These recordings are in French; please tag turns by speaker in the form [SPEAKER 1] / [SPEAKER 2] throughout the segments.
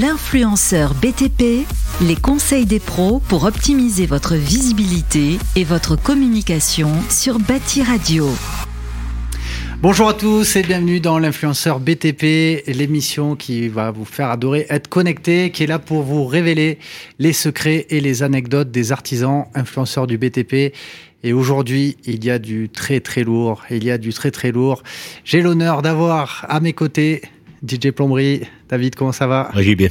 [SPEAKER 1] L'influenceur BTP, les conseils des pros pour optimiser votre visibilité et votre communication sur Bâti Radio.
[SPEAKER 2] Bonjour à tous et bienvenue dans l'influenceur BTP, l'émission qui va vous faire adorer être connecté, qui est là pour vous révéler les secrets et les anecdotes des artisans influenceurs du BTP. Et aujourd'hui, il y a du très très lourd, il y a du très très lourd. J'ai l'honneur d'avoir à mes côtés DJ Plomberie. David, comment ça va
[SPEAKER 3] Oui, bien.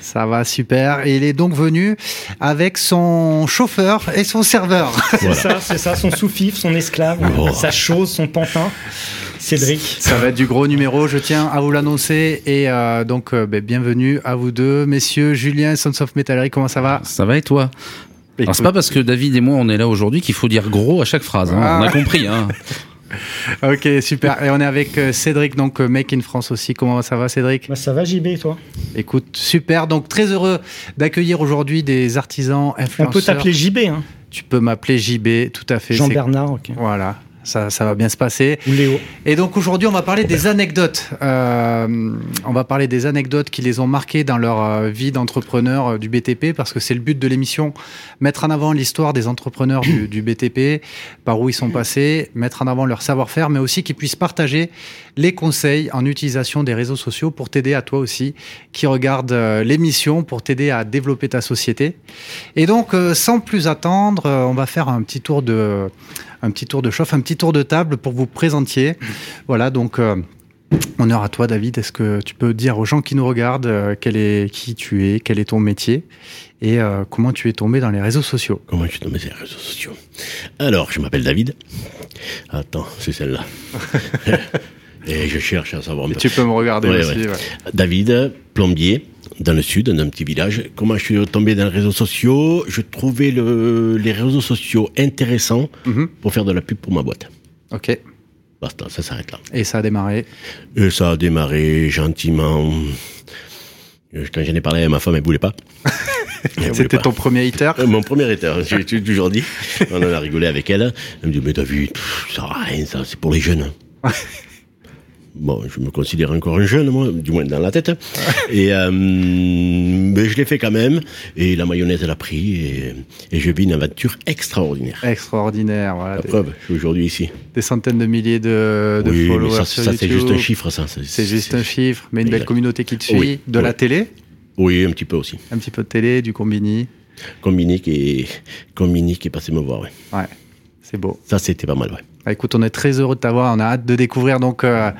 [SPEAKER 2] Ça va super. Et il est donc venu avec son chauffeur et son serveur.
[SPEAKER 4] C'est ça, c'est ça, son soufif, son esclave,
[SPEAKER 3] Oh.
[SPEAKER 4] sa chose, son pantin, Cédric.
[SPEAKER 2] Ça va être du gros numéro, je tiens à vous l'annoncer. Et euh, donc, euh, ben, bienvenue à vous deux, messieurs. Julien, Sons of Metallery, comment ça va
[SPEAKER 5] Ça va et toi
[SPEAKER 4] Bah,
[SPEAKER 5] Alors c'est pas parce que David et moi on est là aujourd'hui qu'il faut dire gros à chaque phrase. hein.
[SPEAKER 2] Ah.
[SPEAKER 5] On a compris. Hein.
[SPEAKER 2] Ok, super. Et on est avec euh, Cédric, donc euh, Make in France aussi. Comment ça va, Cédric
[SPEAKER 4] Bah, ça va JB et toi
[SPEAKER 2] Écoute, super. Donc, très heureux d'accueillir aujourd'hui des artisans
[SPEAKER 4] On
[SPEAKER 2] influenceurs.
[SPEAKER 4] peut t'appeler JB, hein
[SPEAKER 2] Tu peux m'appeler JB, tout à fait. C'est-
[SPEAKER 4] Jean-Bernard, ok.
[SPEAKER 2] Voilà, ça, ça va bien se passer.
[SPEAKER 4] Ou Léo.
[SPEAKER 2] Et donc aujourd'hui, on va parler des anecdotes. Euh, on va parler des anecdotes qui les ont marquées dans leur euh, vie d'entrepreneur euh, du BTP, parce que c'est le but de l'émission, mettre en avant l'histoire des entrepreneurs du, du BTP, par où ils sont passés, mettre en avant leur savoir-faire, mais aussi qu'ils puissent partager les conseils en utilisation des réseaux sociaux pour t'aider à toi aussi, qui regarde euh, l'émission, pour t'aider à développer ta société. Et donc, euh, sans plus attendre, euh, on va faire un petit tour de un petit tour de chauffe, un petit tour de table pour que vous présentiez. Voilà, donc euh, honneur à toi, David. Est-ce que tu peux dire aux gens qui nous regardent euh, quel est qui tu es, quel est ton métier et euh, comment tu es tombé dans les réseaux sociaux
[SPEAKER 3] Comment je suis tombé sur les réseaux sociaux Alors, je m'appelle David. Attends, c'est celle-là. Et je cherche à savoir un peu.
[SPEAKER 2] peux me regarder
[SPEAKER 3] Ouais, aussi, ouais. David, plombier, dans le sud, dans un petit village. Comment je suis tombé dans les réseaux sociaux Je trouvais le- les réseaux sociaux intéressants
[SPEAKER 2] Mhm.
[SPEAKER 3] pour faire de la pub pour ma boîte.
[SPEAKER 2] Ok.
[SPEAKER 3] Basta, ça s'arrête là.
[SPEAKER 2] Et ça a démarré.
[SPEAKER 3] Et ça a démarré gentiment. Euh, Quand j'en ai parlé à ma femme, elle voulait pas. Elle voulait
[SPEAKER 2] C'était
[SPEAKER 3] pas.
[SPEAKER 2] ton premier hater.
[SPEAKER 3] Euh, Mon premier était, hein, j'ai j'ai toujours dit. On en a rigolé avec elle. Elle me dit, mais t'as vu, pff, ça sert à rien, ça, c'est pour les jeunes. Bon, je me considère encore un jeune, moi, du moins dans la tête. Et euh, mais je l'ai fait quand même. Et la mayonnaise, elle a pris. Et, et je vis une aventure extraordinaire.
[SPEAKER 2] Extraordinaire, voilà.
[SPEAKER 3] La
[SPEAKER 2] Des,
[SPEAKER 3] preuve, je suis aujourd'hui ici.
[SPEAKER 2] des centaines de milliers de, de
[SPEAKER 3] oui, mais
[SPEAKER 2] followers
[SPEAKER 3] ça,
[SPEAKER 2] sur
[SPEAKER 3] ça, c'est
[SPEAKER 2] YouTube.
[SPEAKER 3] juste un chiffre, ça.
[SPEAKER 2] C'est juste un chiffre, mais une belle
[SPEAKER 3] Exact.
[SPEAKER 2] communauté qui te suit,
[SPEAKER 3] Oui,
[SPEAKER 2] de la
[SPEAKER 3] ouais.
[SPEAKER 2] télé,
[SPEAKER 3] Oui, un petit peu aussi.
[SPEAKER 2] un petit peu de télé, du combini.
[SPEAKER 3] Combini qui est, Combini qui est passé me voir, ouais.
[SPEAKER 2] Ouais, c'est beau.
[SPEAKER 3] Ça, c'était pas mal, ouais.
[SPEAKER 2] Bah, écoute, on est très heureux de t'avoir. On a hâte de découvrir donc euh,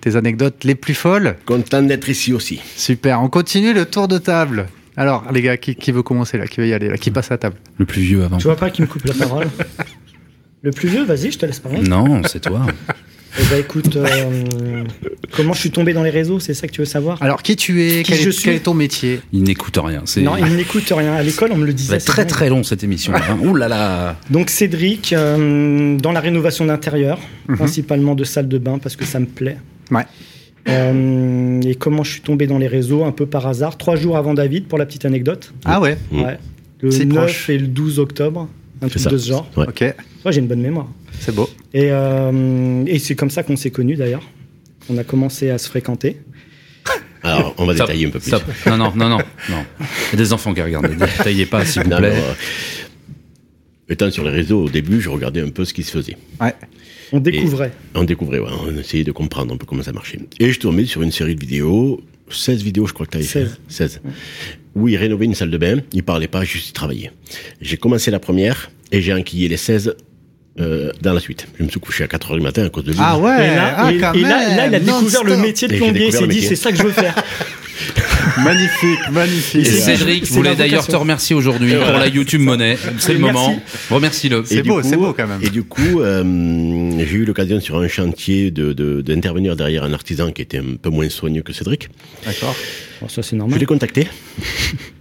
[SPEAKER 2] tes anecdotes les plus folles.
[SPEAKER 3] Content d'être ici aussi.
[SPEAKER 2] Super. On continue le tour de table. Alors, les gars, qui, qui veut commencer là Qui veut y aller là Qui passe à table
[SPEAKER 5] Le plus vieux avant.
[SPEAKER 4] Tu vois pas qu'il me coupe la parole Le plus vieux, vas-y, je te laisse parler.
[SPEAKER 5] Non, c'est toi.
[SPEAKER 4] Eh ben, écoute, euh, comment je suis tombé dans les réseaux, c'est ça que tu veux savoir
[SPEAKER 2] Alors, qui tu es
[SPEAKER 4] Qui
[SPEAKER 2] quel,
[SPEAKER 4] je
[SPEAKER 2] est
[SPEAKER 4] suis
[SPEAKER 2] quel est ton métier
[SPEAKER 5] Il n'écoute rien. C'est Ah,
[SPEAKER 4] Non, il n'écoute rien. À l'école, on me le
[SPEAKER 5] Ça va
[SPEAKER 4] disait.
[SPEAKER 5] être très
[SPEAKER 4] c'est dingue.
[SPEAKER 5] très long cette émission. hein. Ouh là là.
[SPEAKER 4] Donc Cédric, euh, dans la rénovation d'intérieur, principalement de salle de bain, parce que ça me plaît.
[SPEAKER 2] Ouais.
[SPEAKER 4] Euh, et comment je suis tombé dans les réseaux, un peu par hasard, trois jours avant David, pour la petite anecdote.
[SPEAKER 2] Ah ouais
[SPEAKER 3] Mm.
[SPEAKER 4] Ouais. Le
[SPEAKER 2] C'est
[SPEAKER 4] 9
[SPEAKER 2] proche.
[SPEAKER 4] et le 12 octobre, un
[SPEAKER 3] C'est
[SPEAKER 4] truc
[SPEAKER 3] ça.
[SPEAKER 4] de ce genre.
[SPEAKER 3] Ouais.
[SPEAKER 2] Ok,
[SPEAKER 4] Ouais, j'ai une bonne mémoire.
[SPEAKER 2] c'est beau.
[SPEAKER 4] Et, euh, et c'est comme ça qu'on s'est connus d'ailleurs. On a commencé à se fréquenter.
[SPEAKER 3] Alors, on va
[SPEAKER 5] Stop,
[SPEAKER 3] détailler un peu plus.
[SPEAKER 5] stop. Non, non, non, non, non. Il y a des enfants qui regardent. Ne Détaillez pas, s'il vous
[SPEAKER 3] Non,
[SPEAKER 5] plaît.
[SPEAKER 3] non, euh, étant sur les réseaux au début, je regardais un peu ce qui se faisait.
[SPEAKER 2] Ouais.
[SPEAKER 4] On découvrait.
[SPEAKER 3] On découvrait, ouais, on essayait de comprendre un peu comment ça marchait. Et je tombais sur une série de vidéos, 16 vidéos, je crois que tu avais
[SPEAKER 4] 16.
[SPEAKER 3] 16. Où ils rénovaient une salle de bain, ils parlaient pas, juste ils travaillaient. J'ai commencé la première et j'ai enquillé les 16 euh, dans la suite. Je me suis couché à 4h du matin à cause de lui.
[SPEAKER 2] Ah ouais
[SPEAKER 4] et là,
[SPEAKER 2] ah,
[SPEAKER 4] et-
[SPEAKER 2] quand
[SPEAKER 4] et là-
[SPEAKER 2] même,
[SPEAKER 4] là, il a découvert le
[SPEAKER 2] non-stop.
[SPEAKER 4] métier de
[SPEAKER 3] Et j'ai
[SPEAKER 4] plombier. Il
[SPEAKER 3] découvert
[SPEAKER 4] s'est
[SPEAKER 3] le
[SPEAKER 4] dit,
[SPEAKER 3] métier.
[SPEAKER 4] c'est ça que je veux faire.
[SPEAKER 2] Magnifique, magnifique.
[SPEAKER 4] Et
[SPEAKER 5] Et
[SPEAKER 4] c'est-
[SPEAKER 5] Cédric
[SPEAKER 4] c'est
[SPEAKER 5] voulait
[SPEAKER 4] la
[SPEAKER 5] d'ailleurs te
[SPEAKER 4] vocation.
[SPEAKER 5] remercier aujourd'hui pour la YouTube monnaie. C'est le
[SPEAKER 4] Et merci.
[SPEAKER 5] moment. Remercie-le.
[SPEAKER 2] C'est
[SPEAKER 3] Et du
[SPEAKER 2] beau,
[SPEAKER 3] coup-
[SPEAKER 2] c'est beau quand même.
[SPEAKER 3] Et du coup, euh, j'ai eu l'occasion sur un chantier de- de- d'intervenir derrière un artisan qui était un peu moins soigneux que Cédric.
[SPEAKER 2] D'accord.
[SPEAKER 4] Bon, ça, c'est
[SPEAKER 3] Je
[SPEAKER 4] normal.
[SPEAKER 3] l'ai contacté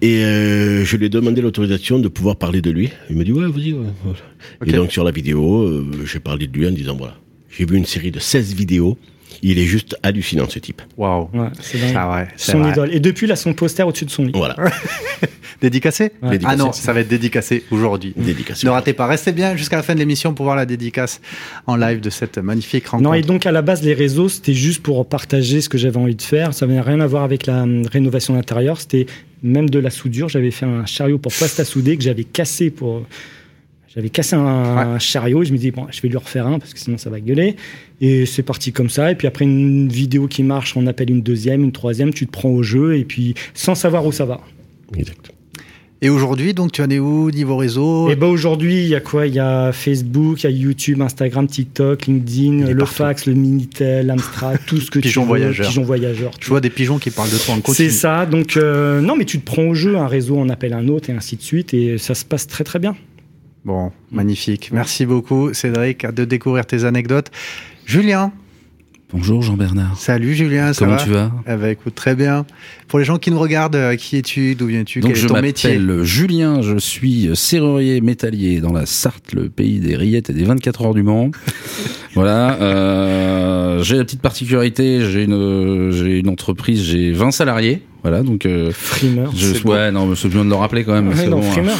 [SPEAKER 3] et euh, je lui ai demandé l'autorisation de pouvoir parler de lui. Il me dit ouais, vas-y. ouais.
[SPEAKER 2] Ok.
[SPEAKER 3] Et donc sur la vidéo, euh, j'ai parlé de lui en disant voilà, j'ai vu une série de 16 vidéos Il est juste hallucinant, ce type.
[SPEAKER 2] Waouh.
[SPEAKER 4] Ouais, c'est dingue.
[SPEAKER 2] Ah ouais, c'est
[SPEAKER 4] son
[SPEAKER 2] vrai.
[SPEAKER 4] idole. Et depuis, il a son poster au-dessus de son lit.
[SPEAKER 3] Voilà.
[SPEAKER 2] Dédicacé
[SPEAKER 4] Ouais.
[SPEAKER 2] Ah
[SPEAKER 3] Dédicacé.
[SPEAKER 2] non, ça va être dédicacé aujourd'hui.
[SPEAKER 3] Dédicace.
[SPEAKER 2] Ne ratez pas, restez bien jusqu'à la fin de l'émission pour voir la dédicace en live de cette magnifique rencontre.
[SPEAKER 4] Non, et donc à la base, les réseaux, c'était juste pour partager ce que j'avais envie de faire. Ça n'avait rien à voir avec la hum, rénovation d'intérieur. C'était même de la soudure. J'avais fait un chariot pour poste à souder que j'avais cassé pour. J'avais cassé un, un chariot et je me dis, bon, je vais lui refaire un parce que sinon ça va gueuler. Et c'est parti comme ça. Et puis après, une vidéo qui marche, on appelle une deuxième, une troisième, tu te prends au jeu et puis sans savoir où ça va.
[SPEAKER 3] Exact.
[SPEAKER 2] Et aujourd'hui, donc, tu en es où niveau réseau
[SPEAKER 4] Et bah aujourd'hui, il y a quoi Il y a Facebook, il y a YouTube, Instagram, TikTok,
[SPEAKER 2] Il est
[SPEAKER 4] LinkedIn, le
[SPEAKER 2] partout.
[SPEAKER 4] fax, le Minitel, Amstrad, tout ce que
[SPEAKER 2] Pigeon
[SPEAKER 4] tu veux.
[SPEAKER 2] voyageur.
[SPEAKER 4] Pigeon voyageur.
[SPEAKER 2] Tu vois des pigeons qui parlent de toi en continu.
[SPEAKER 4] C'est ça. Donc euh, non, mais tu te prends au jeu. Un réseau en appelle un autre et ainsi de suite, et ça se passe très très bien.
[SPEAKER 2] Bon, magnifique. Merci beaucoup, Cédric, de découvrir tes anecdotes. Julien,
[SPEAKER 5] Bonjour Jean-Bernard.
[SPEAKER 2] salut Julien, ça
[SPEAKER 5] Comment
[SPEAKER 2] va
[SPEAKER 5] tu vas
[SPEAKER 2] Eh ben, écoute, très bien. Pour les gens qui nous regardent, euh, qui es-tu D'où viens-tu
[SPEAKER 5] Donc
[SPEAKER 2] Quel
[SPEAKER 5] je
[SPEAKER 2] est ton métier
[SPEAKER 5] m'appelle Julien, je suis serrurier métallier dans la Sarthe, le pays des rillettes et des 24 heures du Mans. voilà, euh, j'ai la petite particularité, j'ai une euh, j'ai une entreprise, j'ai 20 salariés. Voilà, donc euh,
[SPEAKER 4] Frimeur.
[SPEAKER 5] je
[SPEAKER 2] Ah, c'est
[SPEAKER 5] suis ouais, non, mais c'est bien de le rappeler quand même.
[SPEAKER 4] Ouais,
[SPEAKER 5] c'est
[SPEAKER 4] non,
[SPEAKER 5] bon, hein.
[SPEAKER 4] frimeur.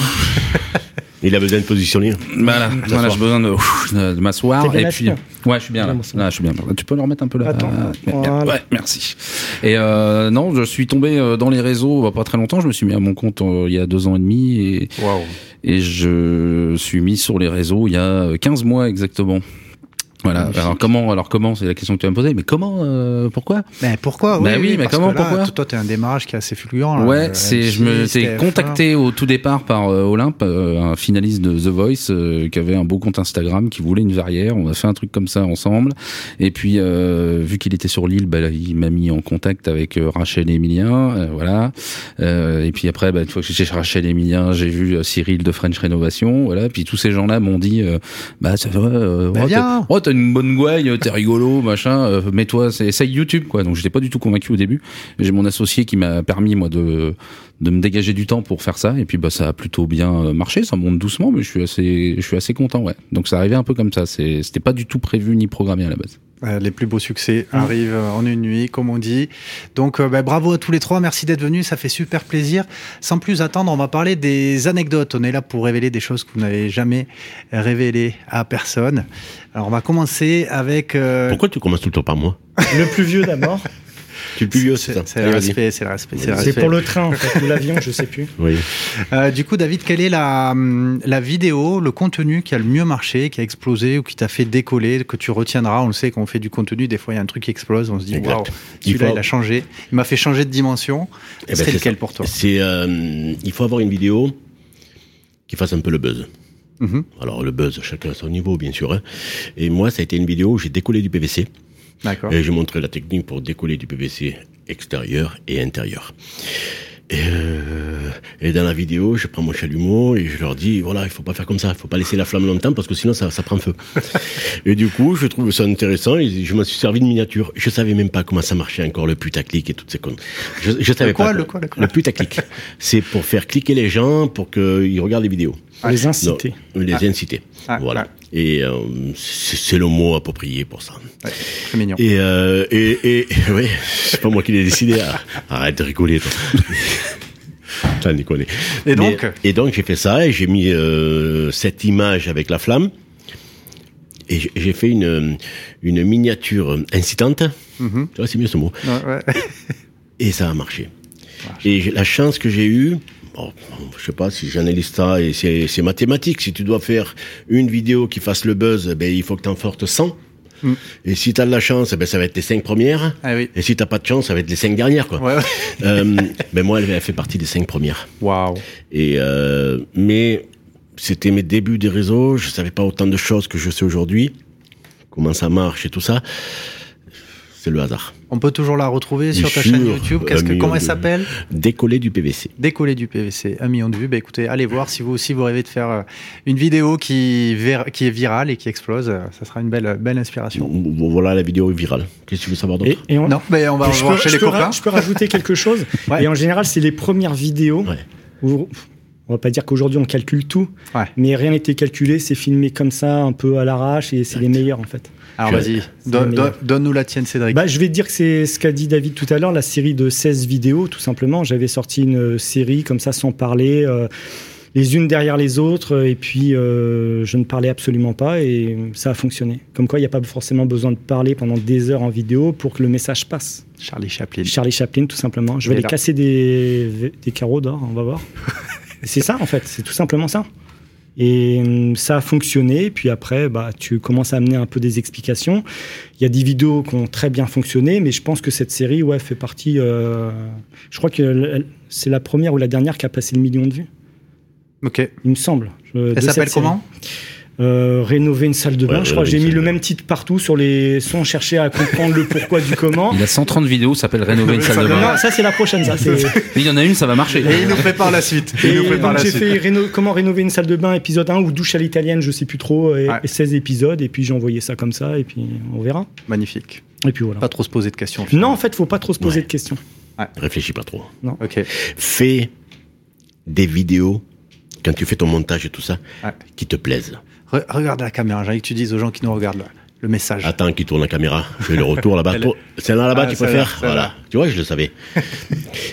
[SPEAKER 3] Il a besoin de positionner.
[SPEAKER 5] Voilà, voilà j'ai besoin de, ouf, de- de m'asseoir
[SPEAKER 4] T'es
[SPEAKER 5] et
[SPEAKER 4] bien
[SPEAKER 5] puis
[SPEAKER 4] là,
[SPEAKER 5] ouais, je suis bien
[SPEAKER 2] Ah,
[SPEAKER 5] là.
[SPEAKER 4] Là, bonsoir.
[SPEAKER 5] Là, je suis bien. Tu peux le remettre un peu là.
[SPEAKER 4] Attends,
[SPEAKER 5] Ah, ouais,
[SPEAKER 4] voilà.
[SPEAKER 5] ouais, merci. Et euh, non, je suis tombé euh, dans les réseaux bah, pas très longtemps. Je me suis mis à mon compte euh, il y a deux ans et demi et,
[SPEAKER 2] Waouh.
[SPEAKER 5] et je suis mis sur les réseaux il y a 15 mois exactement. Voilà. Alors comment Alors comment C'est la question que tu vas me poser. Mais comment euh, Pourquoi
[SPEAKER 2] Mais pourquoi
[SPEAKER 5] Ben oui, mais
[SPEAKER 2] parce
[SPEAKER 5] comment,
[SPEAKER 2] que là,
[SPEAKER 5] pourquoi
[SPEAKER 2] t- Toi, t'es un démarrage qui est assez fulgurant. là. hein.
[SPEAKER 5] Ouais,
[SPEAKER 2] Euh,
[SPEAKER 5] c'est
[SPEAKER 2] M6,
[SPEAKER 5] je me t'es
[SPEAKER 2] TF1.
[SPEAKER 5] contacté au tout départ par euh, Olympe, euh, un finaliste de The Voice euh, qui avait un beau compte Instagram, qui voulait une verrière. On a fait un truc comme ça ensemble. Et puis euh, vu qu'il était sur l'île, bah, il m'a mis en contact avec euh, Rachel et Emilien, euh, voilà. Euh, et puis après, bah, une fois que j'étais chez Rachel et Emilien, j'ai vu euh, Cyril de French Rénovation, voilà. Puis tous ces gens-là m'ont dit, euh, bah ça va, euh,
[SPEAKER 2] Bah,
[SPEAKER 5] oh,
[SPEAKER 2] viens.
[SPEAKER 5] t'as- oh, t'as une bonne gouaille, euh, t'es rigolo, machin. euh, Mets-toi, c'est- essaye YouTube, quoi. Donc j'étais pas du tout convaincu au début. J'ai mon associé qui m'a permis moi de de me dégager du temps pour faire ça et puis bah ça a plutôt bien euh, marché ça monte doucement mais je suis assez je suis assez content ouais donc ça arrivait un peu comme ça c'est c'était pas du tout prévu ni programmé à la base
[SPEAKER 2] Euh, les plus beaux succès arrivent euh, en une nuit, comme on dit. Donc, euh, bah, bravo à tous les trois. Merci d'être venus. Ça fait super plaisir. Sans plus attendre, on va parler des anecdotes. On est là pour révéler des choses que vous n'avez jamais révélées à personne. Alors, on va commencer avec. euh,
[SPEAKER 3] Pourquoi tu commences tout le temps par moi
[SPEAKER 4] Le plus vieux d'abord.
[SPEAKER 3] Tu es le plus vieux, c'est ça
[SPEAKER 2] c'est le
[SPEAKER 3] Allez, vas-y.
[SPEAKER 2] respect, c'est le respect, c'est le
[SPEAKER 4] C'est
[SPEAKER 2] respect.
[SPEAKER 4] pour le train en fait, ou l'avion, je sais plus.
[SPEAKER 3] Oui.
[SPEAKER 2] Euh, du coup, David, quelle est la, hum, la vidéo, le contenu qui a le mieux marché, qui a explosé ou qui t'a fait décoller, que tu retiendras On le sait, quand on fait du contenu, des fois, il y a un truc qui explose, on se dit,
[SPEAKER 3] Exact.
[SPEAKER 2] waouh,
[SPEAKER 3] Il
[SPEAKER 2] celui-là,
[SPEAKER 3] faut-
[SPEAKER 2] il a changé. Il m'a fait changer de dimension.
[SPEAKER 3] Eh ben,
[SPEAKER 2] C'est
[SPEAKER 3] c'est
[SPEAKER 2] lequel
[SPEAKER 3] ça.
[SPEAKER 2] pour toi
[SPEAKER 3] C'est, euh, il faut avoir une vidéo qui fasse un peu le buzz.
[SPEAKER 2] Mhm.
[SPEAKER 3] Alors le buzz, chacun à son niveau, bien sûr. hein. Et moi, ça a été une vidéo où j'ai décollé du PVC.
[SPEAKER 2] D'accord.
[SPEAKER 3] Et j'ai montré la technique pour décoller du PVC extérieur et intérieur. Et, euh, et dans la vidéo, je prends mon chalumeau et je leur dis voilà, il faut pas faire comme ça, il faut pas laisser la flamme longtemps parce que sinon ça, ça prend feu. et du coup, je trouve ça intéressant et je m'en suis servi de miniature. Je savais même pas comment ça marchait encore le putaclic et toutes ces connes. Je, je savais
[SPEAKER 2] quoi,
[SPEAKER 3] pas.
[SPEAKER 2] le quoi, le quoi
[SPEAKER 3] putaclic, c'est pour faire cliquer les gens pour qu'ils regardent les vidéos.
[SPEAKER 4] les
[SPEAKER 3] Non,
[SPEAKER 4] inciter.
[SPEAKER 3] les inciter.
[SPEAKER 2] Ah,
[SPEAKER 3] voilà.
[SPEAKER 2] ah.
[SPEAKER 3] Et euh, c'est c'est le mot approprié pour ça.
[SPEAKER 2] Ouais, très mignon.
[SPEAKER 3] Et, euh, et, et, et- ouais, c'est pas moi qui l'ai décidé. ah. Arrête de rigoler, toi. T'as déconné.
[SPEAKER 2] Et donc
[SPEAKER 3] Et donc, j'ai fait ça et j'ai mis euh, cette image avec la flamme. Et j'ai- j'ai fait une, une miniature incitante.
[SPEAKER 2] Mhm.
[SPEAKER 3] Tu vois, c'est mieux ce mot.
[SPEAKER 2] Ouais, ouais.
[SPEAKER 3] Et ça a marché. Et j'ai- la chance que j'ai eue, bon, je sais pas si j'analyse ça et c'est c'est mathématique. Si tu dois faire une vidéo qui fasse le buzz, ben, il faut que tu en fortes 100.
[SPEAKER 2] Mm.
[SPEAKER 3] Et si tu as de la chance, ben, ça va être les 5 premières.
[SPEAKER 2] Ah oui.
[SPEAKER 3] Et si t'as pas de chance, ça va être les 5 dernières. Quoi.
[SPEAKER 2] Ouais, ouais.
[SPEAKER 3] Euh, ben, moi, elle, elle fait partie des 5 premières.
[SPEAKER 2] Waouh.
[SPEAKER 3] Et, euh, mais c'était mes débuts des réseaux. Je savais pas autant de choses que je sais aujourd'hui. Comment ça marche et tout ça. C'est le hasard.
[SPEAKER 2] On peut toujours la retrouver
[SPEAKER 3] Bien
[SPEAKER 2] sur ta
[SPEAKER 3] sûr,
[SPEAKER 2] chaîne YouTube. Qu'est-ce que,
[SPEAKER 3] un
[SPEAKER 2] comment
[SPEAKER 3] million
[SPEAKER 2] elle
[SPEAKER 3] de-
[SPEAKER 2] s'appelle
[SPEAKER 3] Décoller du PVC.
[SPEAKER 2] Décoller du PVC, un million de vues. Bah, écoutez, allez voir si vous aussi vous rêvez de faire euh, une vidéo qui, ver- qui est virale et qui explose. euh, Ça sera une belle, belle inspiration.
[SPEAKER 3] Voilà la vidéo virale. Qu'est-ce que tu veux savoir d'autre
[SPEAKER 4] Et, et on-
[SPEAKER 2] Non, mais on va
[SPEAKER 4] je,
[SPEAKER 2] voir
[SPEAKER 4] peux,
[SPEAKER 2] chez
[SPEAKER 4] je
[SPEAKER 2] les
[SPEAKER 4] peux ra-
[SPEAKER 2] copains.
[SPEAKER 4] je peux rajouter quelque chose.
[SPEAKER 2] Ouais.
[SPEAKER 4] Et en général, c'est les premières vidéos
[SPEAKER 3] Ouais.
[SPEAKER 4] où on va pas dire qu'aujourd'hui on calcule tout,
[SPEAKER 2] Ouais.
[SPEAKER 4] mais rien n'était calculé, c'est filmé comme ça, un peu à l'arrache, et c'est les meilleurs en fait.
[SPEAKER 2] Alors
[SPEAKER 3] Je-
[SPEAKER 2] vas-y,
[SPEAKER 4] C'est
[SPEAKER 2] don-
[SPEAKER 4] le
[SPEAKER 2] don-
[SPEAKER 4] meilleur.
[SPEAKER 2] donne-nous la tienne, Cédric.
[SPEAKER 4] Bah, je vais te dire que c'est ce qu'a dit David tout à l'heure, la série de 16 vidéos, tout simplement. J'avais sorti une euh, série comme ça, sans parler, euh, les unes derrière les autres, et puis euh, je ne parlais absolument pas, et ça a fonctionné. Comme quoi, il n'y a pas forcément besoin de parler pendant des heures en vidéo pour que le message passe.
[SPEAKER 2] Charlie Chaplin.
[SPEAKER 4] Charlie Chaplin, tout simplement. Je vais
[SPEAKER 2] Il est
[SPEAKER 4] les
[SPEAKER 2] là.
[SPEAKER 4] casser des, des carreaux d'or, on va voir. c'est ça, en fait, c'est tout simplement ça. Et hum, ça a fonctionné. Puis après, bah, tu commences à amener un peu des explications. Il y a des vidéos qui ont très bien fonctionné, mais je pense que cette série, ouais, fait partie. euh, je crois que elle- c'est la première ou la dernière qui a passé le million de vues,
[SPEAKER 2] Ok.
[SPEAKER 4] il me semble. je- de
[SPEAKER 2] Elle
[SPEAKER 4] cette
[SPEAKER 2] s'appelle
[SPEAKER 4] série.
[SPEAKER 2] comment
[SPEAKER 4] Euh, Rénover une salle de bain.
[SPEAKER 3] Ouais,
[SPEAKER 4] je crois que j'ai mis
[SPEAKER 3] rénover une
[SPEAKER 4] le
[SPEAKER 3] salle de
[SPEAKER 4] même titre partout sur les sons, chercher à comprendre le pourquoi du comment.
[SPEAKER 5] Il a 130 vidéos, ça s'appelle Rénover une salle de bain.
[SPEAKER 4] Non, ça c'est la prochaine, ça. c'est-
[SPEAKER 5] Mais il y en a une, ça va marcher.
[SPEAKER 2] Et il nous prépare la suite.
[SPEAKER 4] Et
[SPEAKER 2] Il nous prépare
[SPEAKER 4] donc,
[SPEAKER 2] la
[SPEAKER 4] j'ai
[SPEAKER 2] suite.
[SPEAKER 4] fait réno- comment rénover une salle de bain épisode 1 ou douche à l'italienne, je sais plus trop, et,
[SPEAKER 2] Ouais.
[SPEAKER 4] et 16 épisodes, et puis j'ai envoyé ça comme ça, et puis on verra.
[SPEAKER 2] Magnifique.
[SPEAKER 4] Et puis voilà.
[SPEAKER 2] Pas trop se poser de questions.
[SPEAKER 4] Non,
[SPEAKER 2] finalement.
[SPEAKER 4] en fait, faut pas trop se poser
[SPEAKER 3] Ouais.
[SPEAKER 4] de questions.
[SPEAKER 3] Réfléchis pas trop.
[SPEAKER 2] Ok.
[SPEAKER 3] Fais des vidéos, quand tu fais ton montage et tout ça,
[SPEAKER 2] Ouais.
[SPEAKER 3] qui te plaisent.
[SPEAKER 2] Re- regarde la caméra. J'ai envie que tu dises aux gens qui nous regardent là, le message.
[SPEAKER 5] Ah,
[SPEAKER 3] Attends qu'il tourne la caméra. Fais le retour là-bas.
[SPEAKER 2] Elle-
[SPEAKER 3] Tour- Celle-là là-bas,
[SPEAKER 2] Ah,
[SPEAKER 3] tu
[SPEAKER 2] celle-là,
[SPEAKER 3] préfères
[SPEAKER 2] celle-là.
[SPEAKER 3] Voilà. Tu vois, je le savais.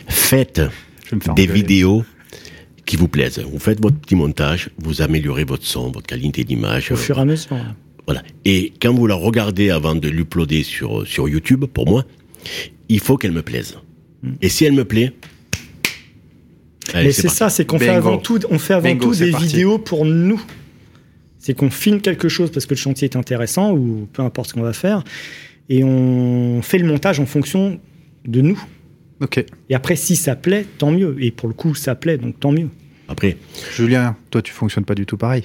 [SPEAKER 3] Faites
[SPEAKER 2] Je vais me faire
[SPEAKER 3] des
[SPEAKER 2] engueuler.
[SPEAKER 3] vidéos qui vous plaisent. Vous faites votre petit montage, vous améliorez votre son, votre qualité d'image.
[SPEAKER 4] Au
[SPEAKER 3] euh,
[SPEAKER 4] fur et à mesure. ouais.
[SPEAKER 3] Voilà. Et quand vous la regardez avant de l'uploader sur, euh, sur YouTube, pour moi, il faut qu'elle me plaise. Et si elle me plaît, allez,
[SPEAKER 4] Hmm. Mais
[SPEAKER 3] c'est
[SPEAKER 4] c'est
[SPEAKER 3] parti.
[SPEAKER 4] ça, c'est qu'on fait
[SPEAKER 2] Bingo.
[SPEAKER 4] avant tout, on fait avant
[SPEAKER 2] Bingo,
[SPEAKER 4] tout
[SPEAKER 2] c'est
[SPEAKER 4] des
[SPEAKER 2] parti.
[SPEAKER 4] vidéos pour nous. C'est qu'on filme quelque chose parce que le chantier est intéressant ou peu importe ce qu'on va faire, et on fait le montage en fonction de nous.
[SPEAKER 2] Ok.
[SPEAKER 4] Et après, si ça plaît, tant mieux. Et pour le coup, ça plaît, donc tant mieux.
[SPEAKER 3] Après,
[SPEAKER 2] Julien, toi, tu fonctionnes pas du tout pareil.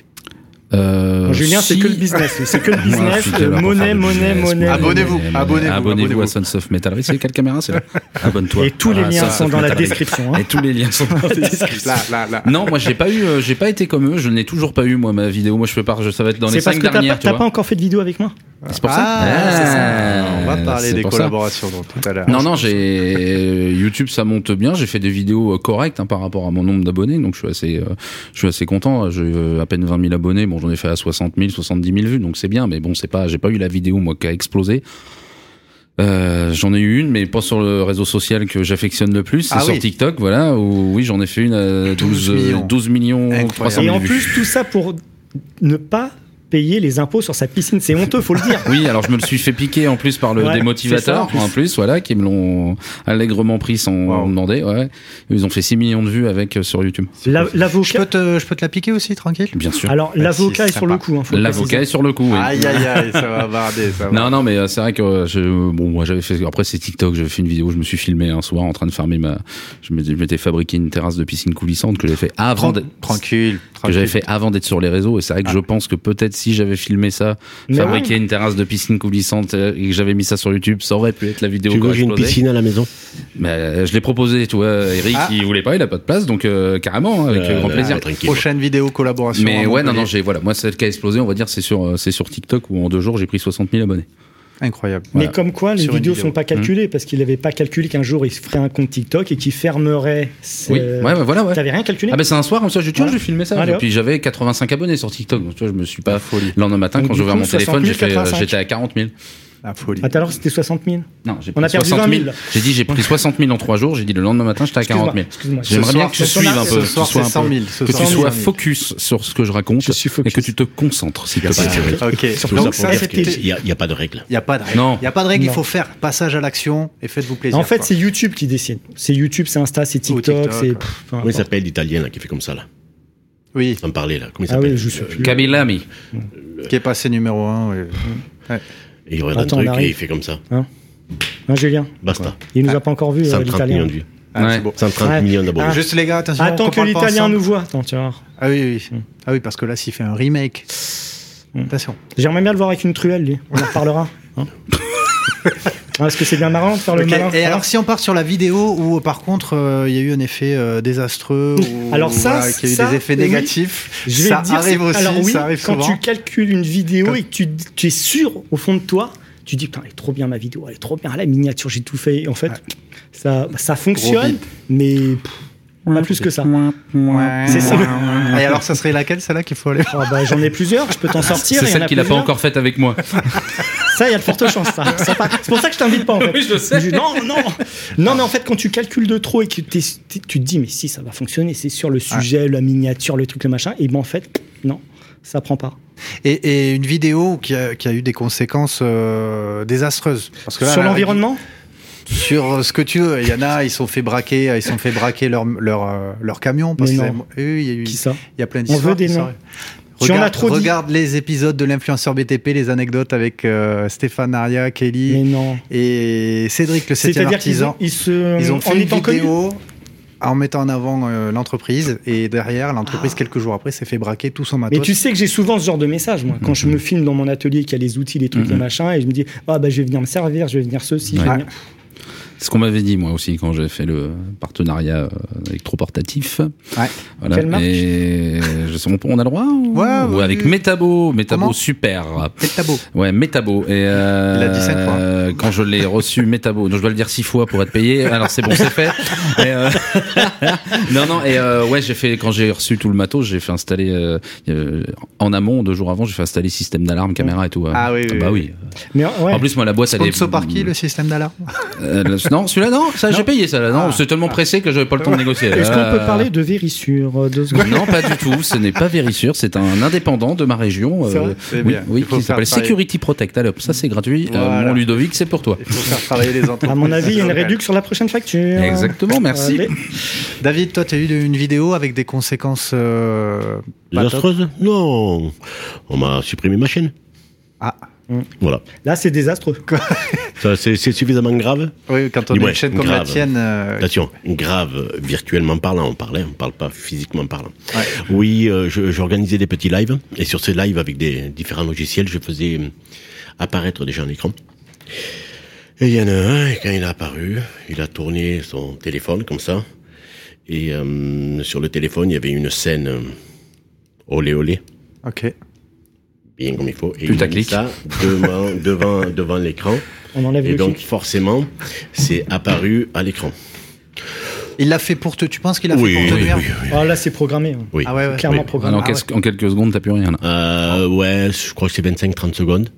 [SPEAKER 5] Euh,
[SPEAKER 4] Julien, c'est
[SPEAKER 5] si-
[SPEAKER 4] que le business. C'est que le
[SPEAKER 5] Ah, Moi, je
[SPEAKER 4] business.
[SPEAKER 5] suis là pour
[SPEAKER 4] monnaie,
[SPEAKER 5] faire du
[SPEAKER 4] monnaie,
[SPEAKER 5] business,
[SPEAKER 4] monnaie.
[SPEAKER 5] monnaie,
[SPEAKER 2] Abonnez-vous,
[SPEAKER 5] monnaie, monnaie.
[SPEAKER 2] abonnez-vous,
[SPEAKER 5] Abonnez-vous
[SPEAKER 2] abonnez-vous.
[SPEAKER 5] à Sons of Metal. C'est quelle caméra c'est là Abonne-toi.
[SPEAKER 4] Et tous les
[SPEAKER 5] Voilà,
[SPEAKER 4] liens
[SPEAKER 5] Sons
[SPEAKER 4] sont
[SPEAKER 5] of
[SPEAKER 4] dans la
[SPEAKER 5] Metal.
[SPEAKER 4] description. hein.
[SPEAKER 5] Et tous les liens sont dans la description.
[SPEAKER 2] Là, là, là.
[SPEAKER 5] Non, moi j'ai pas eu, euh, j'ai pas été comme eux. Je n'ai toujours pas eu moi ma vidéo. Moi je fais part, je ça va être dans les
[SPEAKER 4] C'est parce
[SPEAKER 5] cinq
[SPEAKER 4] que t'as pas,
[SPEAKER 5] dernières. Tu
[SPEAKER 4] t'as pas
[SPEAKER 5] vois.
[SPEAKER 4] encore fait de vidéo avec moi.
[SPEAKER 5] C'est pour ça.
[SPEAKER 2] Ah, c'est ça.
[SPEAKER 5] Ah,
[SPEAKER 2] On va parler
[SPEAKER 5] c'est
[SPEAKER 2] des
[SPEAKER 5] pour ça.
[SPEAKER 2] collaborations donc, tout à l'heure.
[SPEAKER 5] Non, non, j'ai euh, YouTube, ça monte bien. J'ai fait des vidéos euh, correctes hein, par rapport à mon nombre d'abonnés, donc je suis assez, euh, je suis assez content. J'ai euh, à peine 20 000 abonnés. Bon, j'en ai fait à 60 000, 70 000 vues, donc c'est bien. Mais bon, c'est pas, j'ai pas eu la vidéo moi qui a explosé. Euh, j'en ai eu une, mais pas sur le réseau social que j'affectionne le plus, c'est
[SPEAKER 2] Ah
[SPEAKER 5] sur
[SPEAKER 2] oui.
[SPEAKER 5] TikTok, voilà. Où oui, j'en ai fait une à 12,
[SPEAKER 2] 12 millions.
[SPEAKER 5] euh, 12 millions
[SPEAKER 2] Incroyable.
[SPEAKER 5] 300
[SPEAKER 4] Et
[SPEAKER 5] 000
[SPEAKER 4] en
[SPEAKER 5] vues.
[SPEAKER 4] plus, tout ça pour ne pas payer les impôts sur sa piscine. C'est honteux, faut le dire.
[SPEAKER 5] Oui, alors je me le suis fait piquer en plus par le
[SPEAKER 4] Ouais, c'est ça,
[SPEAKER 5] démotivateur, en
[SPEAKER 4] en plus.
[SPEAKER 5] plus. voilà, qui me l'ont allègrement pris sans
[SPEAKER 2] Wow.
[SPEAKER 5] demander. Ouais. Ils ont fait 6 millions de vues avec euh, sur YouTube.
[SPEAKER 4] La-
[SPEAKER 2] Je
[SPEAKER 4] L'avocat.
[SPEAKER 2] peux, te, je peux te la piquer aussi, tranquille
[SPEAKER 5] Bien sûr.
[SPEAKER 4] Alors, l'avocat
[SPEAKER 2] si,
[SPEAKER 4] est sur le
[SPEAKER 2] sympa.
[SPEAKER 4] coup. hein, Ah, faut le
[SPEAKER 5] Ah, L'avocat
[SPEAKER 4] préciser.
[SPEAKER 5] est sur le coup. oui.
[SPEAKER 2] Aïe, aïe, aïe, ça va barder, ça va.
[SPEAKER 5] Non, non, mais euh, c'est vrai que euh, je, bon, moi j'avais fait. Après, c'est TikTok. J'avais fait une vidéo. Je me suis filmé un soir en train de farmer ma. Je m'étais je m'étais fabriqué une terrasse de piscine coulissante que j'avais fait avant.
[SPEAKER 2] Tran-
[SPEAKER 5] d'être-
[SPEAKER 2] tranquille,
[SPEAKER 5] Que
[SPEAKER 2] tranquille.
[SPEAKER 5] j'avais fait avant d'être sur les réseaux. Et c'est vrai que je pense que peut-être si j'avais filmé ça,
[SPEAKER 4] Mais
[SPEAKER 5] fabriqué une terrasse de piscine coulissante euh, et que j'avais mis ça sur YouTube, ça aurait pu être la vidéo.
[SPEAKER 3] tu
[SPEAKER 5] qui
[SPEAKER 3] veux,
[SPEAKER 5] aurait
[SPEAKER 3] j'ai une
[SPEAKER 5] explosé.
[SPEAKER 3] piscine à la maison.
[SPEAKER 5] Mais euh, je l'ai proposé, tu vois, euh, Eric,
[SPEAKER 2] Ah.
[SPEAKER 5] il voulait pas, il a pas de place, donc euh, carrément, hein, avec
[SPEAKER 3] Euh,
[SPEAKER 5] euh, grand
[SPEAKER 3] là,
[SPEAKER 5] plaisir.
[SPEAKER 3] là, tranquille.
[SPEAKER 2] Prochaine vidéo collaboration.
[SPEAKER 5] Mais
[SPEAKER 2] à
[SPEAKER 5] ouais, non, non,
[SPEAKER 2] Montpellier.
[SPEAKER 5] j'ai voilà, moi celle qui a explosé, on va dire, c'est sur, euh, c'est sur TikTok où en deux jours j'ai pris 60 000 abonnés.
[SPEAKER 2] Incroyable.
[SPEAKER 4] Mais
[SPEAKER 5] Voilà.
[SPEAKER 4] comme quoi, les
[SPEAKER 2] Sur une
[SPEAKER 4] vidéos
[SPEAKER 2] vidéo.
[SPEAKER 4] sont pas calculées
[SPEAKER 5] Hmm.
[SPEAKER 4] parce qu'il avait pas calculé qu'un jour il se ferait un compte TikTok et qu'il fermerait. ses-
[SPEAKER 5] Oui, ouais, ouais, voilà, ouais.
[SPEAKER 4] Euh, T'avais rien calculé.
[SPEAKER 5] Ah ben c'est un soir, comme ça, je tiens,
[SPEAKER 4] Voilà. Ah,
[SPEAKER 5] je vais filmer ça.
[SPEAKER 4] Allez,
[SPEAKER 5] et
[SPEAKER 4] hop.
[SPEAKER 5] puis j'avais 85 abonnés sur TikTok, donc tu vois, je me suis pas folie. Le lendemain matin,
[SPEAKER 4] Donc,
[SPEAKER 5] quand
[SPEAKER 4] du
[SPEAKER 5] j'ai ouvert
[SPEAKER 4] coup,
[SPEAKER 5] mon
[SPEAKER 4] 60
[SPEAKER 5] téléphone,
[SPEAKER 4] 000,
[SPEAKER 5] j'ai fait, euh,
[SPEAKER 4] 85.
[SPEAKER 5] j'étais à 40 000.
[SPEAKER 2] La folie.
[SPEAKER 4] Ah, alors c'était 60 000.
[SPEAKER 5] Non, j'ai
[SPEAKER 4] On
[SPEAKER 5] pris
[SPEAKER 4] a perdu
[SPEAKER 5] 60
[SPEAKER 4] 20 000.
[SPEAKER 5] J'ai dit, j'ai pris 60 000 en trois jours, j'ai dit le lendemain matin, j'étais à 40 000.
[SPEAKER 4] Excuse-moi. excuse-moi.
[SPEAKER 5] J'aimerais
[SPEAKER 2] Ce
[SPEAKER 5] bien
[SPEAKER 2] soir,
[SPEAKER 5] que tu
[SPEAKER 2] ce
[SPEAKER 5] suives
[SPEAKER 2] soir,
[SPEAKER 5] un
[SPEAKER 2] ce
[SPEAKER 5] peu, que tu
[SPEAKER 2] soir,
[SPEAKER 5] sois
[SPEAKER 2] c'est
[SPEAKER 5] un
[SPEAKER 2] 100
[SPEAKER 5] peu,
[SPEAKER 2] 000. ce
[SPEAKER 5] que
[SPEAKER 2] soir,
[SPEAKER 5] tu
[SPEAKER 2] c'est
[SPEAKER 5] sois
[SPEAKER 2] 100 000.
[SPEAKER 5] focus sur ce que je raconte
[SPEAKER 4] Je suis
[SPEAKER 5] et
[SPEAKER 4] focus.
[SPEAKER 5] que tu te concentres, s'il te
[SPEAKER 3] Il y a pas de
[SPEAKER 5] plaît.
[SPEAKER 3] règle.
[SPEAKER 2] Ok.
[SPEAKER 3] Tout ça
[SPEAKER 2] Donc
[SPEAKER 3] pour
[SPEAKER 2] ça,
[SPEAKER 3] dire
[SPEAKER 2] c'était.
[SPEAKER 3] qu'il y a- il n'y a, pas de règle.
[SPEAKER 4] Ah.
[SPEAKER 2] Il n'y a pas de règle.
[SPEAKER 5] Non.
[SPEAKER 2] Il n'y a pas de règle, il
[SPEAKER 4] Non.
[SPEAKER 2] faut faire passage à l'action et faites-vous plaisir.
[SPEAKER 4] en fait,
[SPEAKER 2] quoi.
[SPEAKER 4] c'est YouTube qui décide. C'est YouTube, c'est Insta, c'est
[SPEAKER 2] Ou
[SPEAKER 5] Oh,
[SPEAKER 4] TikTok,
[SPEAKER 2] TikTok,
[SPEAKER 4] c'est.
[SPEAKER 2] ouais.
[SPEAKER 4] pff, peu
[SPEAKER 3] Comment il
[SPEAKER 4] importe.
[SPEAKER 3] s'appelle l'italien là qui fait comme ça là
[SPEAKER 2] Oui,
[SPEAKER 3] En parler là. Comment il
[SPEAKER 4] Ah
[SPEAKER 3] s'appelle
[SPEAKER 4] oui, je sais plus.
[SPEAKER 5] Kabilami.
[SPEAKER 2] qui est passé numéro 1.
[SPEAKER 3] Et Il regarde
[SPEAKER 4] Attends, on
[SPEAKER 3] un truc
[SPEAKER 4] arrive.
[SPEAKER 3] et il fait comme ça.
[SPEAKER 4] Hein, Julien,
[SPEAKER 3] Basta.
[SPEAKER 4] il
[SPEAKER 5] Ah,
[SPEAKER 4] nous a pas encore vu euh,
[SPEAKER 3] 130 millions
[SPEAKER 4] l'italien.
[SPEAKER 3] de vues.
[SPEAKER 5] Ouais.
[SPEAKER 3] 130
[SPEAKER 4] Ouais.
[SPEAKER 3] millions d'abonnés.
[SPEAKER 4] Ah.
[SPEAKER 2] Ah, Juste les gars, attention.
[SPEAKER 4] Attends
[SPEAKER 2] qu'on
[SPEAKER 4] que
[SPEAKER 2] parle pas
[SPEAKER 4] l'italien
[SPEAKER 2] ensemble.
[SPEAKER 4] nous Hmm. voit. Attends, tu vas voir.
[SPEAKER 2] Ah oui, oui. Ah oui, parce que là, s'il fait un remake.
[SPEAKER 4] Mm.
[SPEAKER 2] Attention.
[SPEAKER 4] J'aimerais bien le voir avec une truelle, lui. On en reparlera. Hein Ah, Parce que c'est bien marrant de faire le
[SPEAKER 2] Ok,
[SPEAKER 4] malin.
[SPEAKER 2] Et alors, si on part sur la vidéo où, par contre, euh, il y a eu un effet euh, désastreux, ou
[SPEAKER 4] Alors ça,
[SPEAKER 2] voilà, qu'il y a eu
[SPEAKER 4] ça,
[SPEAKER 2] des effets
[SPEAKER 4] oui.
[SPEAKER 2] négatifs,
[SPEAKER 4] Je vais
[SPEAKER 2] ça
[SPEAKER 4] te dire,
[SPEAKER 2] arrive
[SPEAKER 4] c'est-
[SPEAKER 2] aussi,
[SPEAKER 4] alors oui,
[SPEAKER 2] ça arrive
[SPEAKER 4] quand
[SPEAKER 2] souvent.
[SPEAKER 4] tu calcules une vidéo
[SPEAKER 2] Quand-
[SPEAKER 4] et que tu, tu es sûr au fond de toi, tu dis putain, elle est trop bien ma vidéo, elle est trop bien, la miniature, j'ai tout fait. En fait,
[SPEAKER 2] Ouais.
[SPEAKER 4] ça, ça
[SPEAKER 2] Gros
[SPEAKER 4] fonctionne,
[SPEAKER 2] bide.
[SPEAKER 4] mais pff, Pas plus que ça.
[SPEAKER 2] C'est ça. Et alors, ça serait laquelle, celle-là, qu'il faut aller
[SPEAKER 4] Oh, bah, J'en ai plusieurs, je peux t'en sortir.
[SPEAKER 5] C'est
[SPEAKER 4] il y en
[SPEAKER 5] celle
[SPEAKER 4] a
[SPEAKER 5] qu'il a pas
[SPEAKER 4] plusieurs.
[SPEAKER 5] encore faite avec moi.
[SPEAKER 4] Ça, il y a de fortes chances. ça. Ça part- C'est pour ça que je t'invite pas. En fait.
[SPEAKER 5] Oui, je le sais.
[SPEAKER 4] dis, non, non. Non, mais en fait, quand tu calcules de trop et que t'es- t'es- tu te dis, mais si, ça va fonctionner, c'est sur le sujet, la miniature, le truc, le machin. Et ben en fait, non, ça prend pas.
[SPEAKER 2] Et, et une vidéo qui a, qui a eu des conséquences euh, désastreuses. Parce que là,
[SPEAKER 4] sur
[SPEAKER 2] là,
[SPEAKER 4] l'environnement
[SPEAKER 2] Sur euh, ce que tu veux. Il y en a, ils se sont fait braquer, ils se sont fait braquer leur, leur, euh, leur camion. Parce
[SPEAKER 4] Mais
[SPEAKER 2] que
[SPEAKER 4] non.
[SPEAKER 2] c'est- oui, il y a eu-
[SPEAKER 4] Qui ça
[SPEAKER 2] il y a plein
[SPEAKER 4] On
[SPEAKER 2] d'histoires.
[SPEAKER 4] veut des
[SPEAKER 2] qui
[SPEAKER 4] noms.
[SPEAKER 2] sont-
[SPEAKER 4] Tu en
[SPEAKER 2] Regarde-
[SPEAKER 4] as trop dit.
[SPEAKER 2] Regarde les épisodes de l'influenceur BTP, les anecdotes avec euh, Stéphane Aria,
[SPEAKER 4] Mais
[SPEAKER 2] Kelly
[SPEAKER 4] non.
[SPEAKER 2] et Cédric le 7
[SPEAKER 4] C'est-à-dire qu'ils ont,
[SPEAKER 2] artisan.
[SPEAKER 4] ils se,
[SPEAKER 2] Ils ont fait
[SPEAKER 4] en
[SPEAKER 2] une
[SPEAKER 4] étant connus.
[SPEAKER 2] vidéo en mettant en avant euh, l'entreprise et derrière, l'entreprise, quelques jours après, s'est fait braquer tout son matos.
[SPEAKER 4] Ah. Mais tu sais que j'ai souvent ce genre de message, moi. Quand je
[SPEAKER 2] Mm-hmm.
[SPEAKER 4] me filme dans mon atelier, qu'il y a les outils, les trucs, les machins, et je me dis, ah bah je vais venir me servir, je vais venir ceci. je vais
[SPEAKER 5] Ouais.
[SPEAKER 4] venir-
[SPEAKER 5] C'est ce qu'on m'avait dit moi aussi quand j'avais fait le partenariat euh, électroportatif.
[SPEAKER 2] Ouais.
[SPEAKER 5] Voilà.
[SPEAKER 4] Quelle marque
[SPEAKER 5] Et je sais, on, on a le droit ou,
[SPEAKER 2] Ouais,
[SPEAKER 5] ou
[SPEAKER 2] ouais,
[SPEAKER 5] avec
[SPEAKER 2] oui.
[SPEAKER 5] Metabo, Metabo
[SPEAKER 2] Comment
[SPEAKER 5] super.
[SPEAKER 2] C'est tabou.
[SPEAKER 5] Ouais, Metabo. Et euh,
[SPEAKER 2] Il a dit cinq fois.
[SPEAKER 5] euh, Quand je l'ai reçu, Metabo. Donc je dois le dire six fois pour être payé. Alors c'est bon, c'est fait. Et, euh, non, non. Et euh, ouais, j'ai fait quand j'ai reçu tout le matos, j'ai fait installer euh, euh, en amont deux jours avant, j'ai fait installer système d'alarme, caméra et tout. ouais.
[SPEAKER 2] Ah oui, oui,
[SPEAKER 5] bah
[SPEAKER 2] oui.
[SPEAKER 5] oui.
[SPEAKER 4] Mais euh, ouais.
[SPEAKER 5] En plus, moi la boîte, elle est.
[SPEAKER 2] Sponsor par qui le système d'alarme
[SPEAKER 5] Euh, le- non, celui-là, non, ça, j'ai payé ça, là, non,
[SPEAKER 2] Ah.
[SPEAKER 5] c'est tellement pressé que j'avais pas le temps de négocier.
[SPEAKER 4] Est-ce qu'on
[SPEAKER 5] Euh,
[SPEAKER 4] peut parler de Vérissure euh, deux secondes
[SPEAKER 5] Non, pas du tout, ce n'est pas Vérissure, c'est un indépendant de ma région. euh,
[SPEAKER 2] C'est vrai C'est
[SPEAKER 5] oui,
[SPEAKER 2] bien,
[SPEAKER 5] oui,
[SPEAKER 2] il faut
[SPEAKER 5] qui
[SPEAKER 2] faire
[SPEAKER 5] s'appelle
[SPEAKER 2] pareil.
[SPEAKER 5] Security Protect. Allez, hop, ça c'est gratuit. Euh,
[SPEAKER 2] Voilà.
[SPEAKER 5] mon Ludovic, c'est pour toi.
[SPEAKER 2] Il faut faire travailler les entreprises.
[SPEAKER 4] À mon avis, il y a une
[SPEAKER 2] locales.
[SPEAKER 4] réduction sur la prochaine facture.
[SPEAKER 5] Exactement, merci.
[SPEAKER 4] Allez.
[SPEAKER 2] David, toi, tu as eu une vidéo avec des conséquences. euh,
[SPEAKER 4] Ah.
[SPEAKER 2] pas top.
[SPEAKER 3] Désastreuse Non. On m'a supprimé ma chaîne.
[SPEAKER 2] Ah,
[SPEAKER 3] Voilà.
[SPEAKER 4] Là, c'est désastreux.
[SPEAKER 3] Ça, c'est c'est suffisamment grave.
[SPEAKER 2] oui, quand on a
[SPEAKER 3] Ouais,
[SPEAKER 2] une chaîne comme la
[SPEAKER 3] grave.
[SPEAKER 2] tienne. euh,
[SPEAKER 3] Attention, grave, euh, virtuellement parlant, on parlait, on parle pas physiquement parlant. Oui, euh, je- j'organisais des petits lives, et sur ces lives, avec des différents logiciels, je faisais euh, apparaître des gens à l'écran. Et il y en a un, et quand il a apparu, il a tourné son téléphone comme ça, et euh, sur le téléphone, il y avait une scène euh, olé olé,
[SPEAKER 2] ok.
[SPEAKER 3] bien comme il faut, et il a mis
[SPEAKER 5] Putaclic.
[SPEAKER 3] ça devant, devant, devant l'écran,
[SPEAKER 4] On enlève
[SPEAKER 3] et
[SPEAKER 4] le
[SPEAKER 3] donc
[SPEAKER 4] clic.
[SPEAKER 3] forcément, c'est apparu à l'écran.
[SPEAKER 2] Il l'a fait pour te. Tu penses qu'il a
[SPEAKER 3] Oui,
[SPEAKER 2] fait pour te
[SPEAKER 3] oui,
[SPEAKER 2] nuire
[SPEAKER 3] oui, oui.
[SPEAKER 4] Ah, là, c'est programmé. hein.
[SPEAKER 3] oui.
[SPEAKER 2] Ah ouais, ouais.
[SPEAKER 4] Clairement
[SPEAKER 3] Oui.
[SPEAKER 5] Ah,
[SPEAKER 4] programmé.
[SPEAKER 5] non,
[SPEAKER 2] Ah
[SPEAKER 5] qu'est-ce- En quelques secondes, t'as plus rien. là.
[SPEAKER 3] Euh,
[SPEAKER 4] Ah.
[SPEAKER 3] ouais, je crois que c'est 25-30 secondes.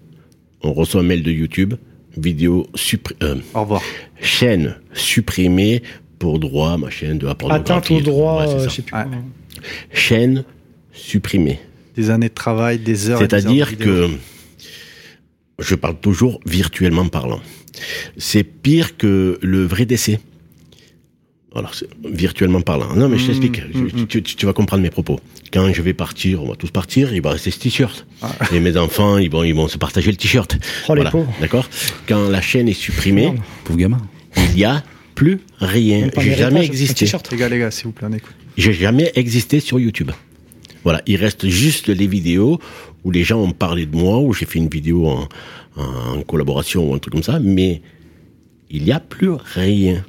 [SPEAKER 3] On reçoit un mail de YouTube, vidéo suppri- euh,
[SPEAKER 2] Au revoir.
[SPEAKER 3] chaîne supprimée pour droit, machin, de la pornographie.
[SPEAKER 4] Atteinte au droit,
[SPEAKER 3] Ouais, c'est
[SPEAKER 4] euh,
[SPEAKER 3] ça. Ah,
[SPEAKER 4] je sais plus.
[SPEAKER 2] Ouais.
[SPEAKER 4] quoi.
[SPEAKER 3] Chaîne supprimée.
[SPEAKER 2] Des années de travail, des heures. et des heures de
[SPEAKER 3] C'est-à-dire
[SPEAKER 2] vidéo.
[SPEAKER 3] que je parle toujours virtuellement parlant. C'est pire que le vrai décès. Alors, c'est virtuellement parlant. Non, mais
[SPEAKER 2] Mmh,
[SPEAKER 3] je t'explique. Je- Tu, tu- tu vas comprendre mes propos. Quand je vais partir, on va tous partir, il va rester ce t-shirt.
[SPEAKER 2] Ah.
[SPEAKER 3] Et mes enfants, ils vont, ils vont se partager le t-shirt.
[SPEAKER 4] Oh, les pauvres.
[SPEAKER 3] D'accord Quand la chaîne est supprimée,
[SPEAKER 4] Merde.
[SPEAKER 5] Pauvre gamin.
[SPEAKER 3] il n'y a plus rien.
[SPEAKER 4] Par
[SPEAKER 3] J'ai
[SPEAKER 4] mérite,
[SPEAKER 3] jamais
[SPEAKER 4] je-
[SPEAKER 3] existé.
[SPEAKER 4] t-shirt.
[SPEAKER 2] Les gars, les gars, s'il vous plaît, on écoute.
[SPEAKER 3] J'ai jamais existé sur YouTube. Voilà, il reste juste les vidéos où les gens ont parlé de moi, où j'ai fait une vidéo en, en collaboration ou un truc comme ça, mais il n'y a plus rien.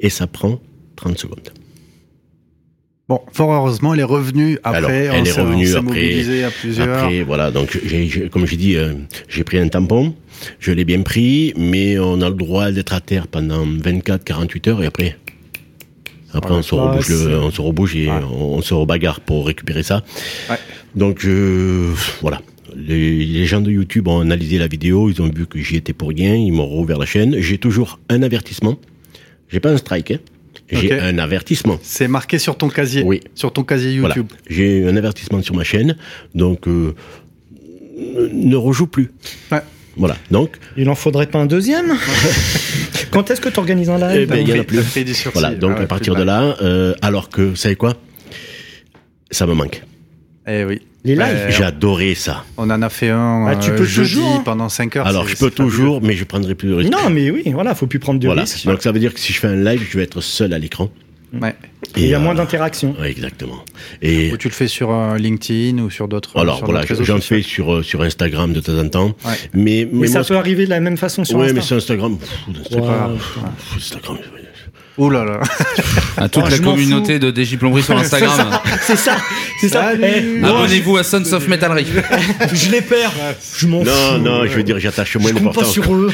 [SPEAKER 3] Et ça prend 30 secondes.
[SPEAKER 2] Bon, fort heureusement, elle est revenue
[SPEAKER 3] Alors,
[SPEAKER 2] après. on
[SPEAKER 3] elle est
[SPEAKER 2] s'est- on
[SPEAKER 3] revenue
[SPEAKER 2] s'est
[SPEAKER 3] après.
[SPEAKER 2] mobilisé à plusieurs.
[SPEAKER 3] Après, voilà, donc j'ai- j'ai- comme j'ai dit, euh, j'ai pris un tampon, je l'ai bien pris, mais on a le droit d'être à terre pendant 24-48 heures et après. Après, on se
[SPEAKER 4] Ah,
[SPEAKER 3] rebouge, le-
[SPEAKER 4] c'est-
[SPEAKER 3] on se rebouge et on, on se rebagarre pour récupérer ça.
[SPEAKER 2] Ouais.
[SPEAKER 3] Donc, euh, voilà. Les, les gens de YouTube ont analysé la vidéo, ils ont vu que j'y étais pour rien, ils m'ont rouvert la chaîne. J'ai toujours un avertissement. J'ai pas un strike, hein. J'ai
[SPEAKER 2] Ok.
[SPEAKER 3] un avertissement.
[SPEAKER 2] C'est marqué sur ton casier.
[SPEAKER 3] Oui.
[SPEAKER 2] Sur ton casier
[SPEAKER 3] Voilà.
[SPEAKER 2] YouTube.
[SPEAKER 3] J'ai un avertissement sur ma chaîne, donc euh, ne rejoue plus.
[SPEAKER 2] Ouais.
[SPEAKER 3] Voilà. Donc,
[SPEAKER 4] Il en faudrait pas un deuxième Quand est-ce que tu organises un
[SPEAKER 3] Eh
[SPEAKER 4] live
[SPEAKER 3] ben, il y en a
[SPEAKER 2] T'as
[SPEAKER 3] plus.
[SPEAKER 2] fait du sursis.
[SPEAKER 3] voilà. Donc
[SPEAKER 2] Ah ouais,
[SPEAKER 3] à partir
[SPEAKER 2] plus
[SPEAKER 3] de là, euh, alors que, vous savez quoi Ça me manque.
[SPEAKER 2] Eh oui.
[SPEAKER 4] Les lives.
[SPEAKER 2] Euh,
[SPEAKER 3] J'adorais ça.
[SPEAKER 2] on en a fait un
[SPEAKER 4] Ah, tu
[SPEAKER 2] euh,
[SPEAKER 4] peux
[SPEAKER 2] jeudi
[SPEAKER 4] toujours, hein.
[SPEAKER 2] pendant 5 heures.
[SPEAKER 3] Alors
[SPEAKER 2] c'est-
[SPEAKER 3] je peux
[SPEAKER 2] c'est fabuleux.
[SPEAKER 3] toujours, mais je prendrai plus de risques.
[SPEAKER 4] Non, mais oui, voilà, faut plus prendre de
[SPEAKER 3] voilà.
[SPEAKER 4] risques.
[SPEAKER 3] Donc ça veut dire que si je fais un live, je vais être seul à l'écran.
[SPEAKER 2] Ouais.
[SPEAKER 4] Et Il y a
[SPEAKER 3] euh,
[SPEAKER 4] moins d'interaction.
[SPEAKER 3] ouais, exactement. Et
[SPEAKER 2] Ou tu le fais sur euh, LinkedIn ou sur d'autres.
[SPEAKER 3] alors
[SPEAKER 2] sur
[SPEAKER 3] voilà,
[SPEAKER 2] d'autres réseaux
[SPEAKER 3] j'en
[SPEAKER 2] sociaux.
[SPEAKER 3] fais sur euh, sur Instagram de temps en temps.
[SPEAKER 2] Ouais.
[SPEAKER 3] Mais mais
[SPEAKER 4] Mais ça
[SPEAKER 3] moi,
[SPEAKER 4] peut arriver de la même façon sur
[SPEAKER 3] ouais, mais
[SPEAKER 4] Insta.
[SPEAKER 3] sur Instagram, pff, Instagram,
[SPEAKER 4] Ouah,
[SPEAKER 3] pff, Instagram,
[SPEAKER 2] Oh là là.
[SPEAKER 5] à toute
[SPEAKER 4] Oh,
[SPEAKER 5] la
[SPEAKER 4] je m'en
[SPEAKER 5] communauté de DJ Plomberie sur Instagram.
[SPEAKER 4] C'est ça, c'est ça.
[SPEAKER 2] Salut.
[SPEAKER 4] Eh,
[SPEAKER 2] Non,
[SPEAKER 5] Abonnez-vous à Sons of Metalry.
[SPEAKER 4] je les perds. Je m'en
[SPEAKER 3] Non,
[SPEAKER 4] fous.
[SPEAKER 3] non, je veux dire, j'attache moins
[SPEAKER 4] euh, Je compte pas
[SPEAKER 3] l'importance.
[SPEAKER 4] sur eux.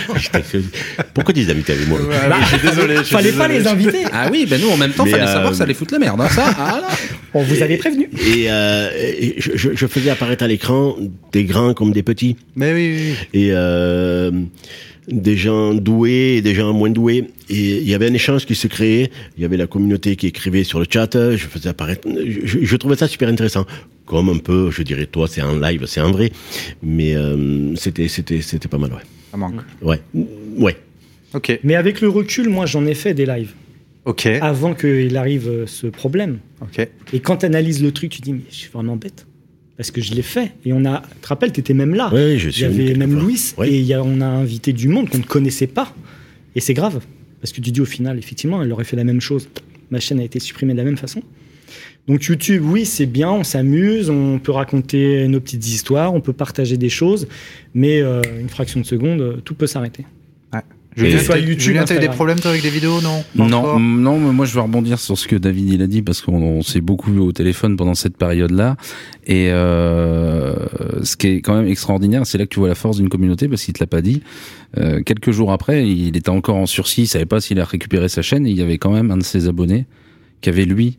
[SPEAKER 3] Pourquoi des invités avec moi
[SPEAKER 2] Ouais, oui, je suis désolé. je suis
[SPEAKER 4] Fallait pas
[SPEAKER 2] désolé.
[SPEAKER 4] les inviter.
[SPEAKER 5] Ah oui, ben nous en même temps,
[SPEAKER 3] Mais,
[SPEAKER 5] fallait
[SPEAKER 3] euh,
[SPEAKER 5] savoir que ça allait foutre la merde. hein, ça, ah, là.
[SPEAKER 4] On vous avait prévenu.
[SPEAKER 3] Et, euh, et je, je- je faisais apparaître à l'écran des grands comme des petits.
[SPEAKER 2] Mais oui, oui, oui.
[SPEAKER 3] Et euh, des gens doués et des gens moins doués. Et il y avait un échange qui se créait. Il y avait la communauté qui écrivait sur le chat. Je faisais apparaître. Je, je trouvais ça super intéressant. Comme un peu, je dirais, toi, c'est en live, c'est en vrai. Mais euh, c'était, c'était, c'était pas mal, ouais.
[SPEAKER 2] ça
[SPEAKER 5] Mm.
[SPEAKER 2] manque.
[SPEAKER 3] Ouais. Ouais.
[SPEAKER 2] Ok.
[SPEAKER 4] Mais avec le recul, moi, j'en ai fait des lives
[SPEAKER 2] Ok.
[SPEAKER 4] avant qu'il arrive euh, ce problème.
[SPEAKER 2] Ok.
[SPEAKER 4] Et quand tu analyses le truc, tu dis, mais je suis vraiment bête. Parce que je l'ai fait. Et on a. Tu te rappelles, tu étais même là.
[SPEAKER 3] Ouais, je
[SPEAKER 4] Ah, Il
[SPEAKER 3] suis
[SPEAKER 4] y
[SPEAKER 3] venu
[SPEAKER 4] avait
[SPEAKER 3] quelque
[SPEAKER 4] même
[SPEAKER 3] part.
[SPEAKER 4] Louis.
[SPEAKER 3] Ouais.
[SPEAKER 4] Et il y a- on a invité du monde qu'on ne connaissait pas. Et c'est grave. Parce que tu dis, au final, effectivement, elle aurait fait la même chose. Ma chaîne a été supprimée de la même façon. Donc YouTube, oui, c'est bien, on s'amuse, on peut raconter nos petites histoires, on peut partager des choses, mais euh, une fraction de seconde, euh, tout peut s'arrêter.
[SPEAKER 2] Julien,
[SPEAKER 5] que ce
[SPEAKER 4] soit
[SPEAKER 2] t'as-
[SPEAKER 4] YouTube,
[SPEAKER 2] Julien, t'as eu des
[SPEAKER 4] Instagram.
[SPEAKER 2] problèmes toi avec des vidéos, non Pas
[SPEAKER 5] Non,
[SPEAKER 2] encore
[SPEAKER 5] non, mais moi je vais rebondir sur ce que David il a dit parce qu'on on s'est beaucoup vu au téléphone pendant cette période-là et euh, ce qui est quand même extraordinaire, c'est là que tu vois la force d'une communauté parce qu'il te l'a pas dit. Euh, quelques jours après, il était encore en sursis, il savait pas s'il a récupéré sa chaîne et il y avait quand même un de ses abonnés qui avait lui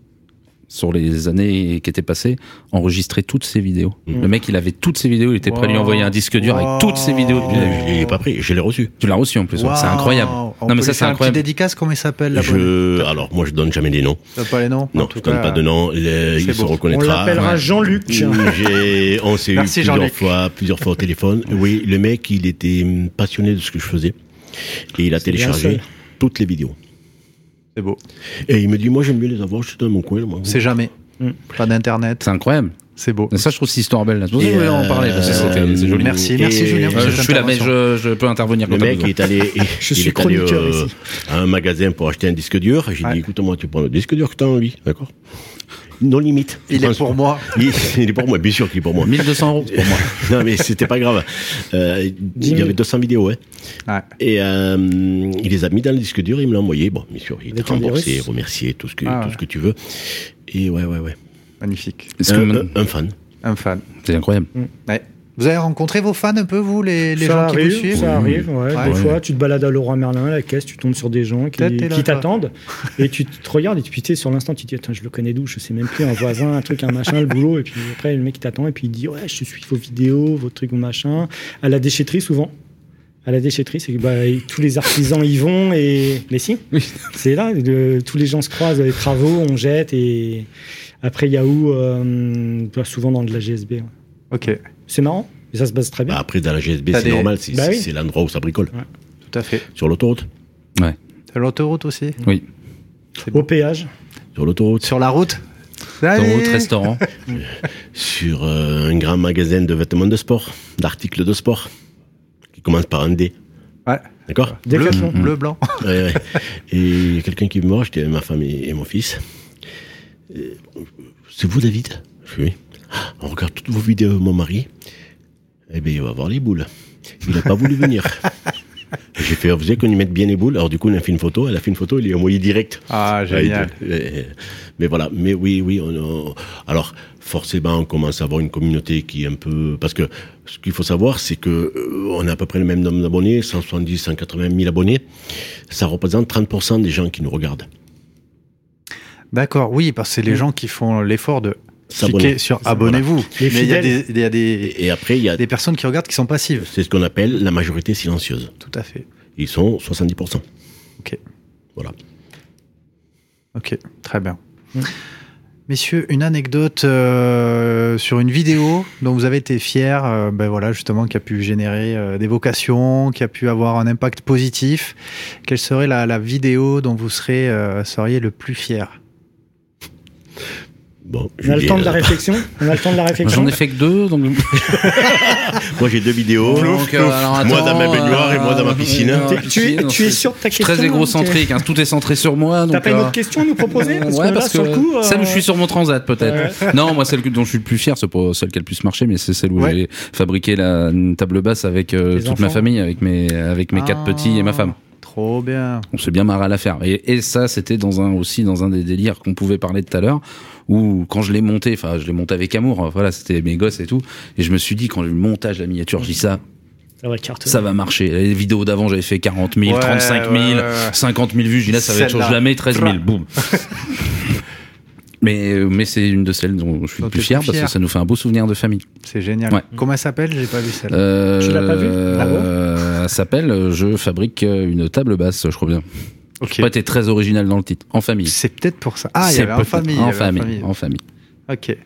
[SPEAKER 5] sur les années qui étaient passées, enregistré toutes ses vidéos.
[SPEAKER 3] Mm.
[SPEAKER 5] Le mec, il avait toutes ses vidéos, il était prêt à lui
[SPEAKER 2] Wow.
[SPEAKER 5] envoyer un disque dur
[SPEAKER 2] Wow.
[SPEAKER 5] avec toutes ses vidéos. depuis la vie.
[SPEAKER 3] Je l'ai pas pris, je l'ai reçu.
[SPEAKER 5] Tu l'as reçu en plus, ouais. c'est
[SPEAKER 2] Waouh.
[SPEAKER 5] incroyable.
[SPEAKER 2] On peut
[SPEAKER 5] non mais ça
[SPEAKER 2] lui
[SPEAKER 5] c'est
[SPEAKER 2] faire un
[SPEAKER 5] incroyable.
[SPEAKER 2] Petit dédicace, comment il s'appelle la bonne
[SPEAKER 3] Je, alors moi je donne jamais des noms.
[SPEAKER 2] T'as pas les noms
[SPEAKER 3] Non,
[SPEAKER 2] En tout
[SPEAKER 3] je donne
[SPEAKER 2] cas,
[SPEAKER 3] pas de nom. Le-
[SPEAKER 2] c'est
[SPEAKER 3] Il se
[SPEAKER 2] beau.
[SPEAKER 4] On
[SPEAKER 3] reconnaîtra.
[SPEAKER 4] l'appellera
[SPEAKER 5] ouais.
[SPEAKER 4] Jean-Luc.
[SPEAKER 3] J'ai- on s'est eu
[SPEAKER 2] Merci,
[SPEAKER 3] plusieurs
[SPEAKER 2] Jean-Luc.
[SPEAKER 3] fois, plusieurs fois au téléphone. Oui, le mec, il était hum, passionné de ce que je faisais et il a
[SPEAKER 4] bien
[SPEAKER 3] téléchargé
[SPEAKER 4] seul.
[SPEAKER 3] toutes les vidéos.
[SPEAKER 2] C'est beau.
[SPEAKER 5] Mm.
[SPEAKER 3] Et il me dit, moi, j'aime mieux les avoir, je suis dans mon coin. Moi.
[SPEAKER 2] C'est jamais.
[SPEAKER 4] Mm.
[SPEAKER 2] Pas d'internet.
[SPEAKER 5] C'est incroyable.
[SPEAKER 2] C'est beau.
[SPEAKER 5] Mais Ça, je trouve cette histoire belle. là. C'est pour ça que
[SPEAKER 3] Et,
[SPEAKER 5] je voulais en parler. parce que
[SPEAKER 3] euh,
[SPEAKER 5] c'était- c'est joli.
[SPEAKER 2] Merci,
[SPEAKER 3] Et-
[SPEAKER 2] merci Julien. pour
[SPEAKER 5] Euh,
[SPEAKER 2] cette
[SPEAKER 5] je suis là, mais je, je peux intervenir quand
[SPEAKER 3] Le
[SPEAKER 5] t'as
[SPEAKER 3] mec
[SPEAKER 5] besoin.
[SPEAKER 3] est allé, il
[SPEAKER 4] Je suis
[SPEAKER 3] est allé
[SPEAKER 4] chroniqueur
[SPEAKER 3] euh,
[SPEAKER 4] ici.
[SPEAKER 3] à un magasin pour acheter un disque dur. J'ai
[SPEAKER 2] Ouais.
[SPEAKER 3] dit, écoute-moi, tu prends le disque dur que tu as envie, d'accord Non limite. Tu
[SPEAKER 2] Il
[SPEAKER 3] prends
[SPEAKER 2] est
[SPEAKER 3] ce-
[SPEAKER 2] pour moi.
[SPEAKER 3] Il, il est pour moi, bien sûr qu'il est pour moi.
[SPEAKER 5] 1200 euros pour moi.
[SPEAKER 3] non, mais c'était pas grave. Euh, il y
[SPEAKER 4] 000.
[SPEAKER 3] avait 200 vidéos, hein.
[SPEAKER 2] Ouais.
[SPEAKER 3] Et euh, il les a mis dans le disque dur, il me l'a envoyé. Bon, bien sûr, il était
[SPEAKER 4] Avec un
[SPEAKER 3] remboursé,
[SPEAKER 4] virus.
[SPEAKER 3] remercié, tout ce que
[SPEAKER 2] Ah
[SPEAKER 3] tout
[SPEAKER 2] ouais.
[SPEAKER 3] ce que tu veux. Et ouais, ouais, ouais.
[SPEAKER 2] Magnifique.
[SPEAKER 5] Est-ce que
[SPEAKER 3] Un,
[SPEAKER 5] mon-
[SPEAKER 3] un- un fan.
[SPEAKER 2] Un fan.
[SPEAKER 5] C'est incroyable.
[SPEAKER 2] Ouais. Vous avez rencontré vos fans un peu, vous, les, les
[SPEAKER 4] ça
[SPEAKER 2] gens qui
[SPEAKER 4] arrive,
[SPEAKER 2] vous suivent
[SPEAKER 4] ça arrive, ouais.
[SPEAKER 2] Ouais.
[SPEAKER 4] Des
[SPEAKER 5] Ouais.
[SPEAKER 4] fois, tu te balades à Leroy Merlin, à la caisse, tu tombes sur des gens qui,
[SPEAKER 2] Là, t'es là,
[SPEAKER 4] qui
[SPEAKER 2] toi.
[SPEAKER 4] t'attendent et tu te regardes et tu puis, tu sais, sur l'instant, tu te dis Attends, je le connais d'où Je sais même plus, un voisin, un truc, un machin, le boulot. Et puis après, le mec il t'attend et puis il dit Ouais, je suis vos vidéos, vos trucs, vos machins. À la déchetterie, souvent. À la déchetterie, c'est que bah, et tous les artisans y vont et. Mais si C'est là, le- tous les gens se croisent, les travaux, on jette et. Après, Yahoo, euh, bah, souvent dans de la GSB. ouais.
[SPEAKER 2] Ok,
[SPEAKER 4] C'est marrant, et ça se passe très bien.
[SPEAKER 3] Bah, après, dans la GSB,
[SPEAKER 2] T'as
[SPEAKER 3] c'est
[SPEAKER 2] des-
[SPEAKER 3] normal, c'est
[SPEAKER 4] Bah
[SPEAKER 3] c'est-
[SPEAKER 4] oui.
[SPEAKER 3] c'est l'endroit où ça bricole.
[SPEAKER 2] tout à fait.
[SPEAKER 3] Sur l'autoroute.
[SPEAKER 2] T'as l'autoroute aussi
[SPEAKER 5] Oui.
[SPEAKER 4] Au péage.
[SPEAKER 3] Sur l'autoroute.
[SPEAKER 2] Sur la route
[SPEAKER 5] Dans
[SPEAKER 2] Allez
[SPEAKER 5] votre restaurant.
[SPEAKER 3] Sur euh, un grand magasin de vêtements de sport, d'articles de sport, qui commence par un D.
[SPEAKER 2] Ouais.
[SPEAKER 3] D'accord
[SPEAKER 2] Bleu, Mm.
[SPEAKER 4] Décathlon.
[SPEAKER 2] bleu, blanc.
[SPEAKER 3] Ouais, ouais. Et il y a quelqu'un qui est mort, j'étais avec ma femme et, et mon fils. Euh, C'est vous, David Je fais, oui. Ah, On regarde toutes vos vidéos, mon mari. Eh bien, il va avoir les boules. Il n'a pas voulu venir. J'ai fait, vous savez qu'on y mette bien les boules. Alors, du coup, on a fait une photo. Elle a fait une photo, il est envoyé direct.
[SPEAKER 2] Ah, génial.
[SPEAKER 3] Ouais, euh, Mais voilà, mais oui, oui. on- on- alors, forcément, on commence à avoir une communauté qui est un peu. Parce que ce qu'il faut savoir, c'est que euh, on a à peu près le même nombre d'abonnés, 170, 180 000 abonnés. Ça représente 30% des gens qui nous regardent.
[SPEAKER 2] D'accord, oui, parce que c'est les gens qui font l'effort de
[SPEAKER 3] S'abonner.
[SPEAKER 2] cliquer sur abonnez-vous.
[SPEAKER 4] Les
[SPEAKER 2] Mais il y a, des,
[SPEAKER 4] fidèles.
[SPEAKER 2] il y a des,
[SPEAKER 3] Et, et après, il y a.
[SPEAKER 2] des personnes qui regardent qui sont passives.
[SPEAKER 3] C'est ce qu'on appelle la majorité silencieuse.
[SPEAKER 2] Tout à fait.
[SPEAKER 3] Ils sont 70%.
[SPEAKER 2] Ok.
[SPEAKER 3] Voilà.
[SPEAKER 2] Ok, très bien.
[SPEAKER 4] Mm.
[SPEAKER 2] Messieurs, une anecdote euh, sur une vidéo dont vous avez été fiers, euh, ben voilà, justement, qui a pu générer euh, des vocations, qui a pu avoir un impact positif. Quelle serait la, la vidéo dont vous serez, euh, seriez le plus fier
[SPEAKER 3] Bon,
[SPEAKER 4] On a le
[SPEAKER 3] Julien,
[SPEAKER 4] temps de la
[SPEAKER 3] euh,
[SPEAKER 4] réflexion On a le temps de la réflexion
[SPEAKER 5] J'en ai fait que deux. Donc...
[SPEAKER 3] Moi, j'ai deux vidéos.
[SPEAKER 5] Donc, euh, alors,
[SPEAKER 3] moi, dans
[SPEAKER 5] attends,
[SPEAKER 3] ma baignoire et moi, dans ma
[SPEAKER 5] euh,
[SPEAKER 3] piscine.
[SPEAKER 5] euh,
[SPEAKER 4] T'es- tu, es, tu es sûr de ta
[SPEAKER 5] Je suis
[SPEAKER 4] question
[SPEAKER 5] très
[SPEAKER 4] là,
[SPEAKER 5] égocentrique. hein, Tout est centré sur moi.
[SPEAKER 4] t'es- T'as
[SPEAKER 5] donc,
[SPEAKER 4] pas une
[SPEAKER 5] euh,
[SPEAKER 4] autre question à nous proposer Parce
[SPEAKER 5] ouais,
[SPEAKER 4] que là,
[SPEAKER 5] parce
[SPEAKER 4] sur le coup. euh,
[SPEAKER 5] celle où je suis sur mon transat, peut-être. Non, moi, celle que- dont je suis le plus fier, c'est pas celle qui a le plus marché, mais c'est celle où
[SPEAKER 2] Ouais.
[SPEAKER 5] j'ai fabriqué la une table basse avec euh,
[SPEAKER 4] Les
[SPEAKER 5] toute ma
[SPEAKER 4] enfants.
[SPEAKER 5] famille, avec mes, avec mes quatre
[SPEAKER 2] Ah,
[SPEAKER 5] petits et ma femme.
[SPEAKER 2] Trop bien.
[SPEAKER 5] On s'est bien marré à la faire. Et, et ça, c'était dans un aussi dans un des délires qu'on pouvait parler tout à l'heure, où quand je l'ai monté, enfin, je l'ai monté avec amour. hein, Voilà, c'était mes gosses et tout. Et je me suis dit, quand le montage, la miniature, je dis ça,
[SPEAKER 4] Ça va cartonner.
[SPEAKER 5] ça va marcher. Les vidéos d'avant, j'avais fait 40 000,
[SPEAKER 2] Ouais,
[SPEAKER 5] 35 000,
[SPEAKER 2] ouais, ouais.
[SPEAKER 5] 50 000 vues. Je dis là, ça va être chaud.
[SPEAKER 2] Celle-là.
[SPEAKER 5] Je la mets 13 000. Boum. Mais, mais c'est une de celles dont je suis
[SPEAKER 2] Dont
[SPEAKER 5] le plus
[SPEAKER 2] t'es
[SPEAKER 5] fier
[SPEAKER 2] plus
[SPEAKER 5] parce
[SPEAKER 2] fier.
[SPEAKER 5] que ça nous fait un beau souvenir de famille.
[SPEAKER 2] C'est génial.
[SPEAKER 5] Ouais.
[SPEAKER 2] Comment elle s'appelle J'ai pas vu celle-là.
[SPEAKER 5] Euh,
[SPEAKER 4] Tu l'as pas vue Ah bon
[SPEAKER 5] euh, Elle s'appelle euh, Je fabrique euh, une table basse, je crois bien.
[SPEAKER 2] Ok.
[SPEAKER 5] Pas été très original dans le titre. En famille.
[SPEAKER 2] C'est peut-être pour ça. Ah, il y
[SPEAKER 5] C'est
[SPEAKER 2] avait en
[SPEAKER 5] peut-être-
[SPEAKER 2] famille. il y
[SPEAKER 5] En
[SPEAKER 2] avait
[SPEAKER 5] famille. En famille.
[SPEAKER 2] Ok.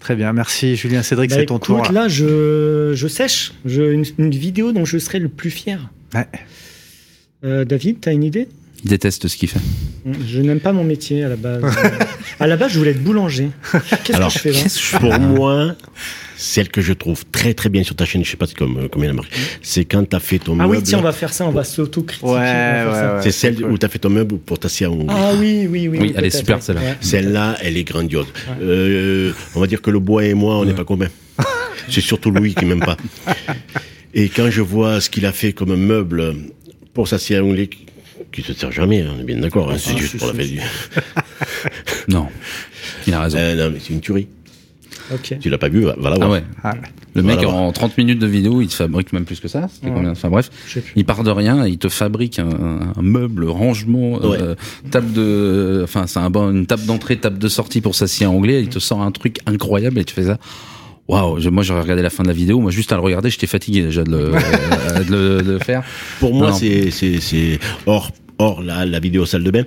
[SPEAKER 2] Très bien, merci Julien Cédric,
[SPEAKER 4] Bah,
[SPEAKER 2] c'est ton
[SPEAKER 4] écoute,
[SPEAKER 2] tour. Là.
[SPEAKER 4] Là, je, je sèche. Je, une, une vidéo dont je serais le plus fier.
[SPEAKER 2] Ouais.
[SPEAKER 4] Euh, David, t'as une idée
[SPEAKER 5] Il déteste ce qu'il fait.
[SPEAKER 4] Je n'aime pas mon métier à la base. à la base, je voulais être boulanger. Qu'est-ce que
[SPEAKER 3] Alors,
[SPEAKER 4] je fais là
[SPEAKER 5] Qu'est-ce que je
[SPEAKER 3] Pour moi, celle que je trouve très très bien sur ta chaîne, je sais pas comme, euh, combien elle marque, c'est quand t'as fait ton
[SPEAKER 4] Ah
[SPEAKER 3] meuble.
[SPEAKER 4] oui, tiens, on va faire ça, on va s'auto-critiquer.
[SPEAKER 2] Ouais,
[SPEAKER 4] on va faire ça.
[SPEAKER 2] ouais, ouais.
[SPEAKER 3] C'est celle
[SPEAKER 2] cool.
[SPEAKER 3] où t'as fait ton meuble pour t'asseoir en Hongrie.
[SPEAKER 4] Ah oui, oui,
[SPEAKER 5] Oui,
[SPEAKER 4] oui.
[SPEAKER 5] elle est
[SPEAKER 4] peut-être,
[SPEAKER 5] super,
[SPEAKER 4] ouais.
[SPEAKER 5] celle-là.
[SPEAKER 4] Ouais.
[SPEAKER 3] Celle-là, elle est grandiose. Euh, on va dire que le bois et moi, on n'est pas communs. C'est surtout Louis qui m'aime pas. Et quand je vois ce qu'il a fait comme meuble pour sa scie à onglet, qui- qui se sert jamais, hein, on est bien d'accord, hein, c'est
[SPEAKER 4] Ah,
[SPEAKER 3] juste
[SPEAKER 4] si,
[SPEAKER 3] pour la
[SPEAKER 4] si,
[SPEAKER 3] fête
[SPEAKER 4] si.
[SPEAKER 3] du-
[SPEAKER 5] Non. Il a raison.
[SPEAKER 3] Euh, non, mais c'est une tuerie.
[SPEAKER 4] Ok.
[SPEAKER 3] Tu l'as pas vu, va, va la
[SPEAKER 5] Ah
[SPEAKER 3] voir.
[SPEAKER 5] ouais.
[SPEAKER 2] Ah,
[SPEAKER 5] Le mec,
[SPEAKER 3] Voilà.
[SPEAKER 5] en 30 minutes de vidéo, il te fabrique même plus que ça. C'était
[SPEAKER 4] Ouais.
[SPEAKER 5] combien Enfin bref,
[SPEAKER 4] Je sais plus.
[SPEAKER 5] il part de rien et il te fabrique un, un meuble, rangement, euh, table de. Enfin, c'est un bon- une table d'entrée, table de sortie pour s'assier en anglais. Il te sort un truc incroyable et tu fais ça. Waouh, je- moi j'aurais regardé la fin de la vidéo. Moi, juste à le regarder, j'étais fatigué déjà de le, euh, de le- de le faire.
[SPEAKER 3] Pour moi,
[SPEAKER 5] Non.
[SPEAKER 3] c'est c'est c'est hors hors la, la vidéo salle de bain.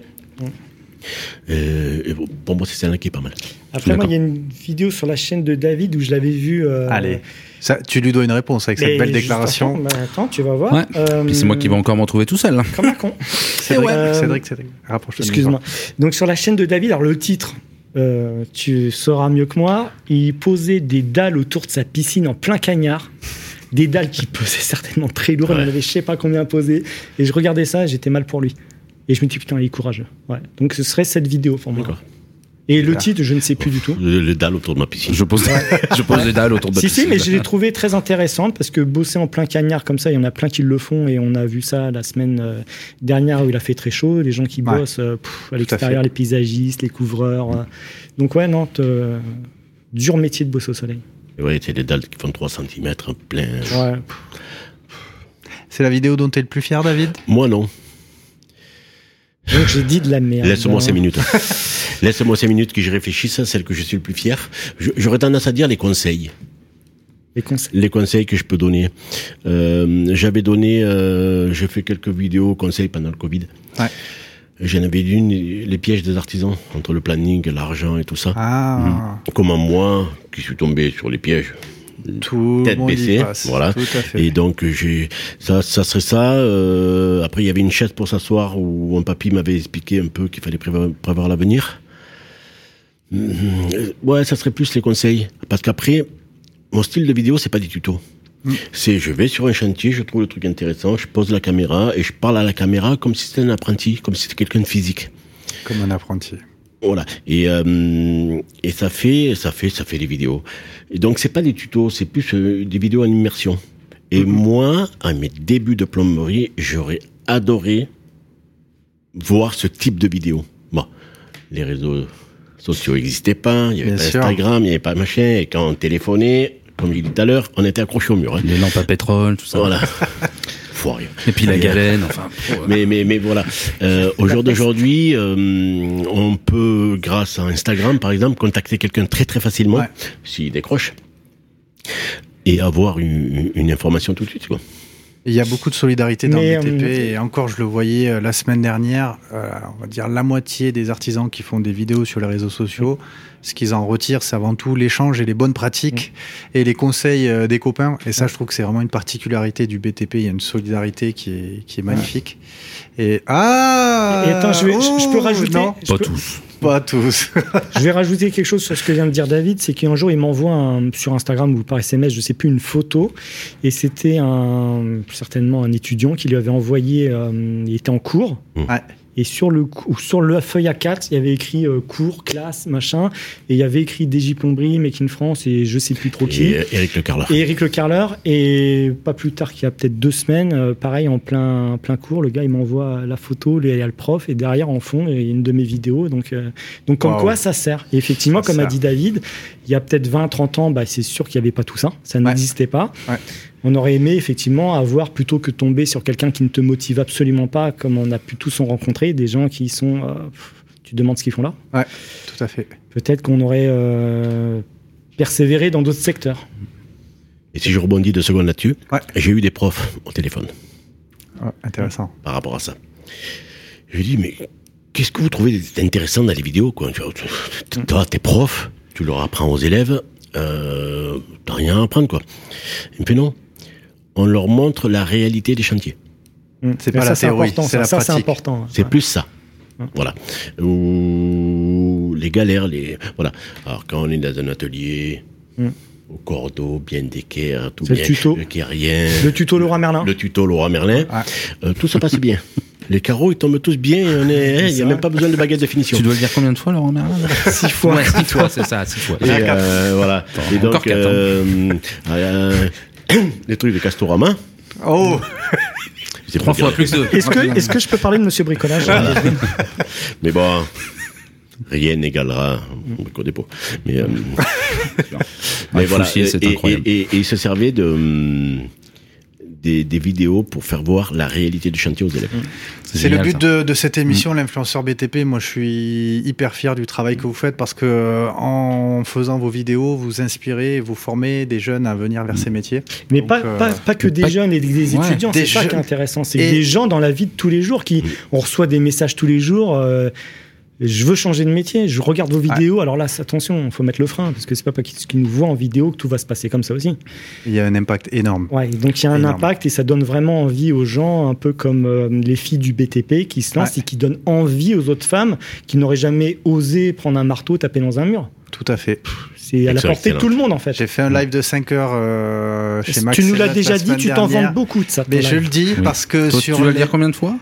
[SPEAKER 3] Euh, et pour- pour moi, c'est celle-là qui est pas mal.
[SPEAKER 4] Après, moi, il y a une vidéo sur la chaîne de David où je l'avais vu. euh,
[SPEAKER 2] Allez, Ça, tu lui dois une réponse avec
[SPEAKER 4] mais
[SPEAKER 2] cette belle
[SPEAKER 4] juste
[SPEAKER 2] déclaration.
[SPEAKER 4] après, bah, attends, tu vas voir.
[SPEAKER 5] Ouais.
[SPEAKER 4] Euh,
[SPEAKER 5] Puis c'est moi qui vais encore m'en trouver tout seul. hein.
[SPEAKER 4] Comme un con.
[SPEAKER 2] Cédric,
[SPEAKER 4] Eh ouais.
[SPEAKER 2] Cédric, Cédric, rapproche-toi. du
[SPEAKER 4] Excuse-moi. Donc sur la chaîne de David, alors le titre, euh, tu sauras mieux que moi, il posait des dalles autour de sa piscine en plein cagnard. Des dalles qui pesaient certainement très lourd, il en
[SPEAKER 3] Ouais.
[SPEAKER 4] avait je sais pas combien posé. Et je regardais ça, j'étais mal pour lui. Et je me dis putain, il est courageux. Ouais. Donc ce serait cette vidéo pour moi.
[SPEAKER 3] D'accord.
[SPEAKER 4] Et le
[SPEAKER 2] Super.
[SPEAKER 4] titre, je ne sais plus du tout.
[SPEAKER 3] Le, le dalle autour de ma piscine.
[SPEAKER 5] Je pose, je pose des dalles autour de. la
[SPEAKER 4] Si, si,
[SPEAKER 5] piscine.
[SPEAKER 4] mais je l'ai trouvé très intéressante parce que bosser en plein cagnard comme ça, il y en a plein qui le font et on a vu ça la semaine euh, dernière où il a fait très chaud. Les gens qui
[SPEAKER 2] Ouais.
[SPEAKER 4] bossent euh, pff, à
[SPEAKER 2] à
[SPEAKER 4] l'extérieur,
[SPEAKER 2] fait.
[SPEAKER 4] les paysagistes, les couvreurs. euh. Donc, ouais, Nantes, euh, dur métier de bosser au soleil.
[SPEAKER 3] Et Ouais, c'est des dalles qui font 3 cm en plein.
[SPEAKER 4] Ouais.
[SPEAKER 2] micro. C'est la vidéo dont tu es le plus fier, David
[SPEAKER 3] Moi, non.
[SPEAKER 4] Donc, j'ai dit de la merde.
[SPEAKER 3] Laisse-moi
[SPEAKER 4] Hein.
[SPEAKER 3] 5 minutes. Laisse-moi 5 minutes que je réfléchisse à celle que je suis le plus fier. Je- J'aurais tendance à dire les conseils.
[SPEAKER 4] Les conseils.
[SPEAKER 3] Les conseils que je peux donner. Euh, J'avais donné, euh, j'ai fait quelques vidéos conseils pendant le Covid.
[SPEAKER 2] Ouais.
[SPEAKER 3] J'en avais une, les pièges des artisans, entre le planning, l'argent et tout ça.
[SPEAKER 2] Ah,
[SPEAKER 3] Comment moi, qui suis tombé sur les pièges.
[SPEAKER 2] tout le
[SPEAKER 3] Mm. Tête
[SPEAKER 2] monde
[SPEAKER 3] baissée,
[SPEAKER 2] y passe.
[SPEAKER 3] voilà.
[SPEAKER 2] Tout à fait.
[SPEAKER 3] Et donc j'ai ça, ça serait ça. Euh, après il y avait une chaise pour s'asseoir où un papy m'avait expliqué un peu qu'il fallait prévoir, prévoir l'avenir. Hum, euh, Ouais, ça serait plus les conseils parce qu'après mon style de vidéo c'est pas des tutos. C'est je vais sur un chantier, je trouve le truc intéressant, je pose la caméra et je parle à la caméra comme si c'était un apprenti, comme si c'était quelqu'un de physique.
[SPEAKER 2] Comme un apprenti.
[SPEAKER 3] Voilà. Et, euh, et ça fait, ça fait, ça fait des vidéos. Et donc c'est pas des tutos, c'est plus euh, des vidéos en immersion.
[SPEAKER 2] Mhm.
[SPEAKER 3] Et moi, à mes débuts de plomberie, j'aurais adoré voir ce type de vidéo. Bon, les réseaux sociaux n'existaient pas, il n'y avait
[SPEAKER 2] Bien
[SPEAKER 3] pas
[SPEAKER 2] sûr.
[SPEAKER 3] Instagram, il n'y avait pas machin. Et quand on téléphonait, comme j'ai dit tout à l'heure, on était accroché au mur. hein.
[SPEAKER 5] Les lampes à pétrole, tout ça.
[SPEAKER 3] Voilà. Foiré.
[SPEAKER 5] Et puis la
[SPEAKER 3] Mais-
[SPEAKER 5] galène. Enfin. pff, ouais.
[SPEAKER 3] mais, mais, mais voilà. Euh, au jour d'aujourd'hui, euh, on peut, grâce à Instagram, par exemple, contacter quelqu'un très très facilement,
[SPEAKER 2] Ouais.
[SPEAKER 3] s'il décroche, et avoir une, une information tout de suite. Quoi.
[SPEAKER 2] Il y a beaucoup de solidarité dans
[SPEAKER 4] Mais,
[SPEAKER 2] le BTP
[SPEAKER 4] euh,
[SPEAKER 2] et encore je le voyais euh, la semaine dernière, euh, on va dire la moitié des artisans qui font des vidéos sur les réseaux sociaux, ce qu'ils en retirent c'est avant tout l'échange et les bonnes pratiques et les conseils euh, des copains et ça je trouve que c'est vraiment une particularité du BTP, il y a une solidarité qui est, qui est magnifique. Et ah
[SPEAKER 4] Et attends, je, vais- je- je peux
[SPEAKER 2] Oh
[SPEAKER 4] rajouter.
[SPEAKER 2] Non,
[SPEAKER 4] je
[SPEAKER 5] Pas
[SPEAKER 4] peux-
[SPEAKER 5] tous.
[SPEAKER 2] pas tous.
[SPEAKER 4] Je vais rajouter quelque chose sur ce que vient de dire David, c'est qu'un jour il m'envoie un- sur Instagram ou par SMS, je sais plus, une photo, et c'était un, certainement un étudiant qui lui avait envoyé, euh, il était en cours,
[SPEAKER 3] Mmh.
[SPEAKER 2] Ouais.
[SPEAKER 4] Et sur, le, cou- sur la feuille A4, il y avait écrit euh, cours, classe, machin. Et il y avait écrit DJ Plomberie, Make in France et je sais plus trop qui.
[SPEAKER 3] Et euh, Eric Le Carleur.
[SPEAKER 4] Et Eric Le Carleur, et pas plus tard qu'il y a peut-être deux semaines, euh, pareil, en plein, plein cours, le gars, il m'envoie la photo, il y a le prof, et derrière, en fond, il y a une de mes vidéos. Donc, euh, donc comme
[SPEAKER 2] Wow.
[SPEAKER 4] quoi, ça sert. Et effectivement,
[SPEAKER 2] Ça
[SPEAKER 4] comme a
[SPEAKER 2] sert.
[SPEAKER 4] dit David, il y a peut-être 20, 30 ans, bah, c'est sûr qu'il n'y avait pas tout ça. Ça
[SPEAKER 2] Ouais.
[SPEAKER 4] n'existait pas.
[SPEAKER 2] Ouais.
[SPEAKER 4] On aurait aimé, effectivement, avoir, plutôt que tomber sur quelqu'un qui ne te motive absolument pas, comme on a pu tous en rencontrer, des gens qui sont. euh, pff, tu te demandes ce qu'ils font là
[SPEAKER 2] Tout à fait.
[SPEAKER 4] Peut-être qu'on aurait euh, persévéré dans d'autres secteurs.
[SPEAKER 3] Et si je rebondis deux secondes là-dessus,
[SPEAKER 2] Ouais.
[SPEAKER 3] j'ai eu des profs au téléphone
[SPEAKER 2] Ouais, intéressant.
[SPEAKER 3] par rapport à ça. Je lui ai dit, mais qu'est-ce que vous trouvez d'intéressant dans les vidéos quoi Tu vois, tu- tu- Toi, t'es prof, tu leur apprends aux élèves, euh, t'as rien à apprendre, quoi. Et puis non, on leur montre la réalité des chantiers.
[SPEAKER 2] C'est
[SPEAKER 4] Mm. Mais
[SPEAKER 2] pas
[SPEAKER 4] ça,
[SPEAKER 2] la théorie,
[SPEAKER 4] important,
[SPEAKER 2] c'est la
[SPEAKER 4] ça, c'est
[SPEAKER 2] pratique.
[SPEAKER 4] important.
[SPEAKER 3] C'est
[SPEAKER 4] Ouais.
[SPEAKER 3] plus ça.
[SPEAKER 4] Ouais.
[SPEAKER 3] Voilà. Ou les galères, les. Voilà. Alors, quand on est dans un atelier,
[SPEAKER 4] Mm.
[SPEAKER 3] au cordeau, bien d'équerre, tout
[SPEAKER 4] C'est le
[SPEAKER 3] bien,
[SPEAKER 4] tuto.
[SPEAKER 3] le qui est rien,
[SPEAKER 4] Le tuto Laura
[SPEAKER 5] Hein
[SPEAKER 4] Merlin.
[SPEAKER 3] le tuto Laura Merlin,
[SPEAKER 2] Ah.
[SPEAKER 3] euh, tout ça passe bien. Les carreaux, ils tombent tous bien, et on est- hein, il n'y
[SPEAKER 4] ça.
[SPEAKER 3] a même pas besoin de baguette de finition.
[SPEAKER 5] Tu dois le dire combien de fois, Laurent Merlin Six fois. Ouais, six fois, c'est ça, six fois.
[SPEAKER 3] Et, euh, voilà.
[SPEAKER 5] Attends,
[SPEAKER 3] et
[SPEAKER 5] encore
[SPEAKER 3] donc,
[SPEAKER 5] quatre, hein.
[SPEAKER 3] euh, euh, les trucs de Castorama,
[SPEAKER 2] Oh
[SPEAKER 3] c'est
[SPEAKER 5] Trois
[SPEAKER 3] pas
[SPEAKER 5] fois
[SPEAKER 3] grave.
[SPEAKER 5] plus deux.
[SPEAKER 4] Est-ce que, est-ce que je peux parler de Monsieur Bricolage
[SPEAKER 3] Mais bon, rien n'égalera au dépôt. Mais, euh, mais
[SPEAKER 5] Ouais,
[SPEAKER 3] voilà.
[SPEAKER 5] Fouchier, c'est
[SPEAKER 3] et, et-
[SPEAKER 5] incroyable.
[SPEAKER 3] et- et il se servait de hum, des, des vidéos pour faire voir la réalité du chantier aux élèves.
[SPEAKER 2] C'est le
[SPEAKER 5] génial,
[SPEAKER 2] but
[SPEAKER 5] ça. Mm.
[SPEAKER 2] de, de cette émission, l'influenceur BTP. Moi, je suis hyper fier du travail que vous faites parce que euh, en faisant vos vidéos, vous inspirez et vous formez des jeunes à venir
[SPEAKER 5] Mm.
[SPEAKER 2] vers ces métiers.
[SPEAKER 4] Mais
[SPEAKER 2] Donc,
[SPEAKER 4] pas,
[SPEAKER 2] euh,
[SPEAKER 4] pas, pas que des
[SPEAKER 5] pas-
[SPEAKER 4] jeunes et des, des
[SPEAKER 5] Ouais.
[SPEAKER 4] étudiants,
[SPEAKER 2] Des
[SPEAKER 4] c'est ça qui est
[SPEAKER 2] jeunes.
[SPEAKER 4] intéressant. C'est
[SPEAKER 2] Et-
[SPEAKER 4] des gens dans la vie de tous les jours qui. On reçoit des messages tous les jours. euh, je veux changer de métier, je regarde vos vidéos. Alors là, c'est- attention, il faut mettre le frein, parce que c'est pas parce qu'ils qu'ils nous voient en vidéo que tout va se passer comme ça aussi.
[SPEAKER 2] Il y a un impact énorme.
[SPEAKER 4] Ouais, donc il y a un
[SPEAKER 2] Énorme.
[SPEAKER 4] impact et ça donne vraiment envie aux gens, un peu comme euh, les filles du BTP qui se lancent et qui donnent envie aux autres femmes qui n'auraient jamais osé prendre un marteau, taper dans un mur.
[SPEAKER 2] Tout à fait.
[SPEAKER 4] C'est à la
[SPEAKER 3] Excellent,
[SPEAKER 4] portée de tout le monde en fait.
[SPEAKER 2] J'ai fait un
[SPEAKER 5] Mm.
[SPEAKER 2] live de 5 heures euh, chez Max.
[SPEAKER 4] tu nous
[SPEAKER 2] et
[SPEAKER 4] l'as
[SPEAKER 2] Nat
[SPEAKER 4] déjà
[SPEAKER 2] la
[SPEAKER 4] dit,
[SPEAKER 2] semaine
[SPEAKER 4] tu t'en
[SPEAKER 2] dernière.
[SPEAKER 4] vends beaucoup de ça.
[SPEAKER 2] Mais
[SPEAKER 4] ton
[SPEAKER 2] je
[SPEAKER 4] live.
[SPEAKER 2] le dis
[SPEAKER 5] Oui.
[SPEAKER 2] parce que
[SPEAKER 5] Toi, tu
[SPEAKER 2] sur
[SPEAKER 5] vas le
[SPEAKER 2] les-
[SPEAKER 5] dire combien de fois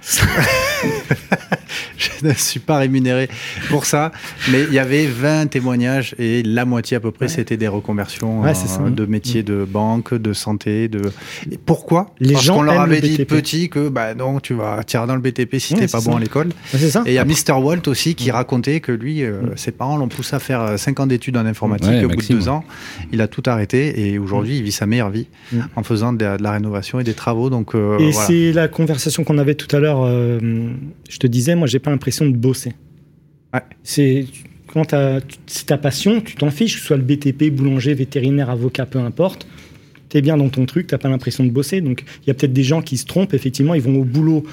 [SPEAKER 2] je ne suis pas rémunéré pour ça, mais il y avait 20 témoignages et la moitié à peu près
[SPEAKER 4] Ouais.
[SPEAKER 2] c'était des reconversions
[SPEAKER 4] Ouais,
[SPEAKER 2] euh,
[SPEAKER 4] c'est ça. hein. Mm.
[SPEAKER 2] de métiers de banque, de santé, de Et pourquoi
[SPEAKER 4] Les
[SPEAKER 2] Parce
[SPEAKER 4] gens
[SPEAKER 2] qu'on leur
[SPEAKER 4] aiment le
[SPEAKER 2] avait dit
[SPEAKER 4] BTP.
[SPEAKER 2] petit que bah non, tu vas tirer dans le BTP si
[SPEAKER 4] Ouais,
[SPEAKER 2] t'es
[SPEAKER 4] c'est
[SPEAKER 2] pas
[SPEAKER 4] ça. Mm.
[SPEAKER 2] bon à l'école.
[SPEAKER 4] Ah, C'est ça
[SPEAKER 2] Et il y a Mr Walt aussi qui racontait que lui euh,
[SPEAKER 4] Mm.
[SPEAKER 2] ses parents l'ont poussé à faire 5 ans d'études en informatique
[SPEAKER 5] Ouais,
[SPEAKER 2] au
[SPEAKER 5] Maxime,
[SPEAKER 2] bout de deux
[SPEAKER 5] ouais.
[SPEAKER 2] ans, il a tout arrêté et aujourd'hui il vit sa meilleure vie
[SPEAKER 4] Mm.
[SPEAKER 2] en faisant de la, de la rénovation et des travaux donc euh,
[SPEAKER 4] Et
[SPEAKER 2] voilà.
[SPEAKER 4] c'est la conversation qu'on avait tout à l'heure. euh, je te disais, moi, j'ai pas l'impression de bosser.
[SPEAKER 2] Ouais.
[SPEAKER 4] C'est quand t'as- tu- c'est ta passion, tu t'en fiches, que ce soit le BTP, boulanger, vétérinaire, avocat, peu importe. T'es bien dans ton truc, t'as pas l'impression de bosser. Donc il y a peut-être des gens qui se trompent. Effectivement, ils vont au boulot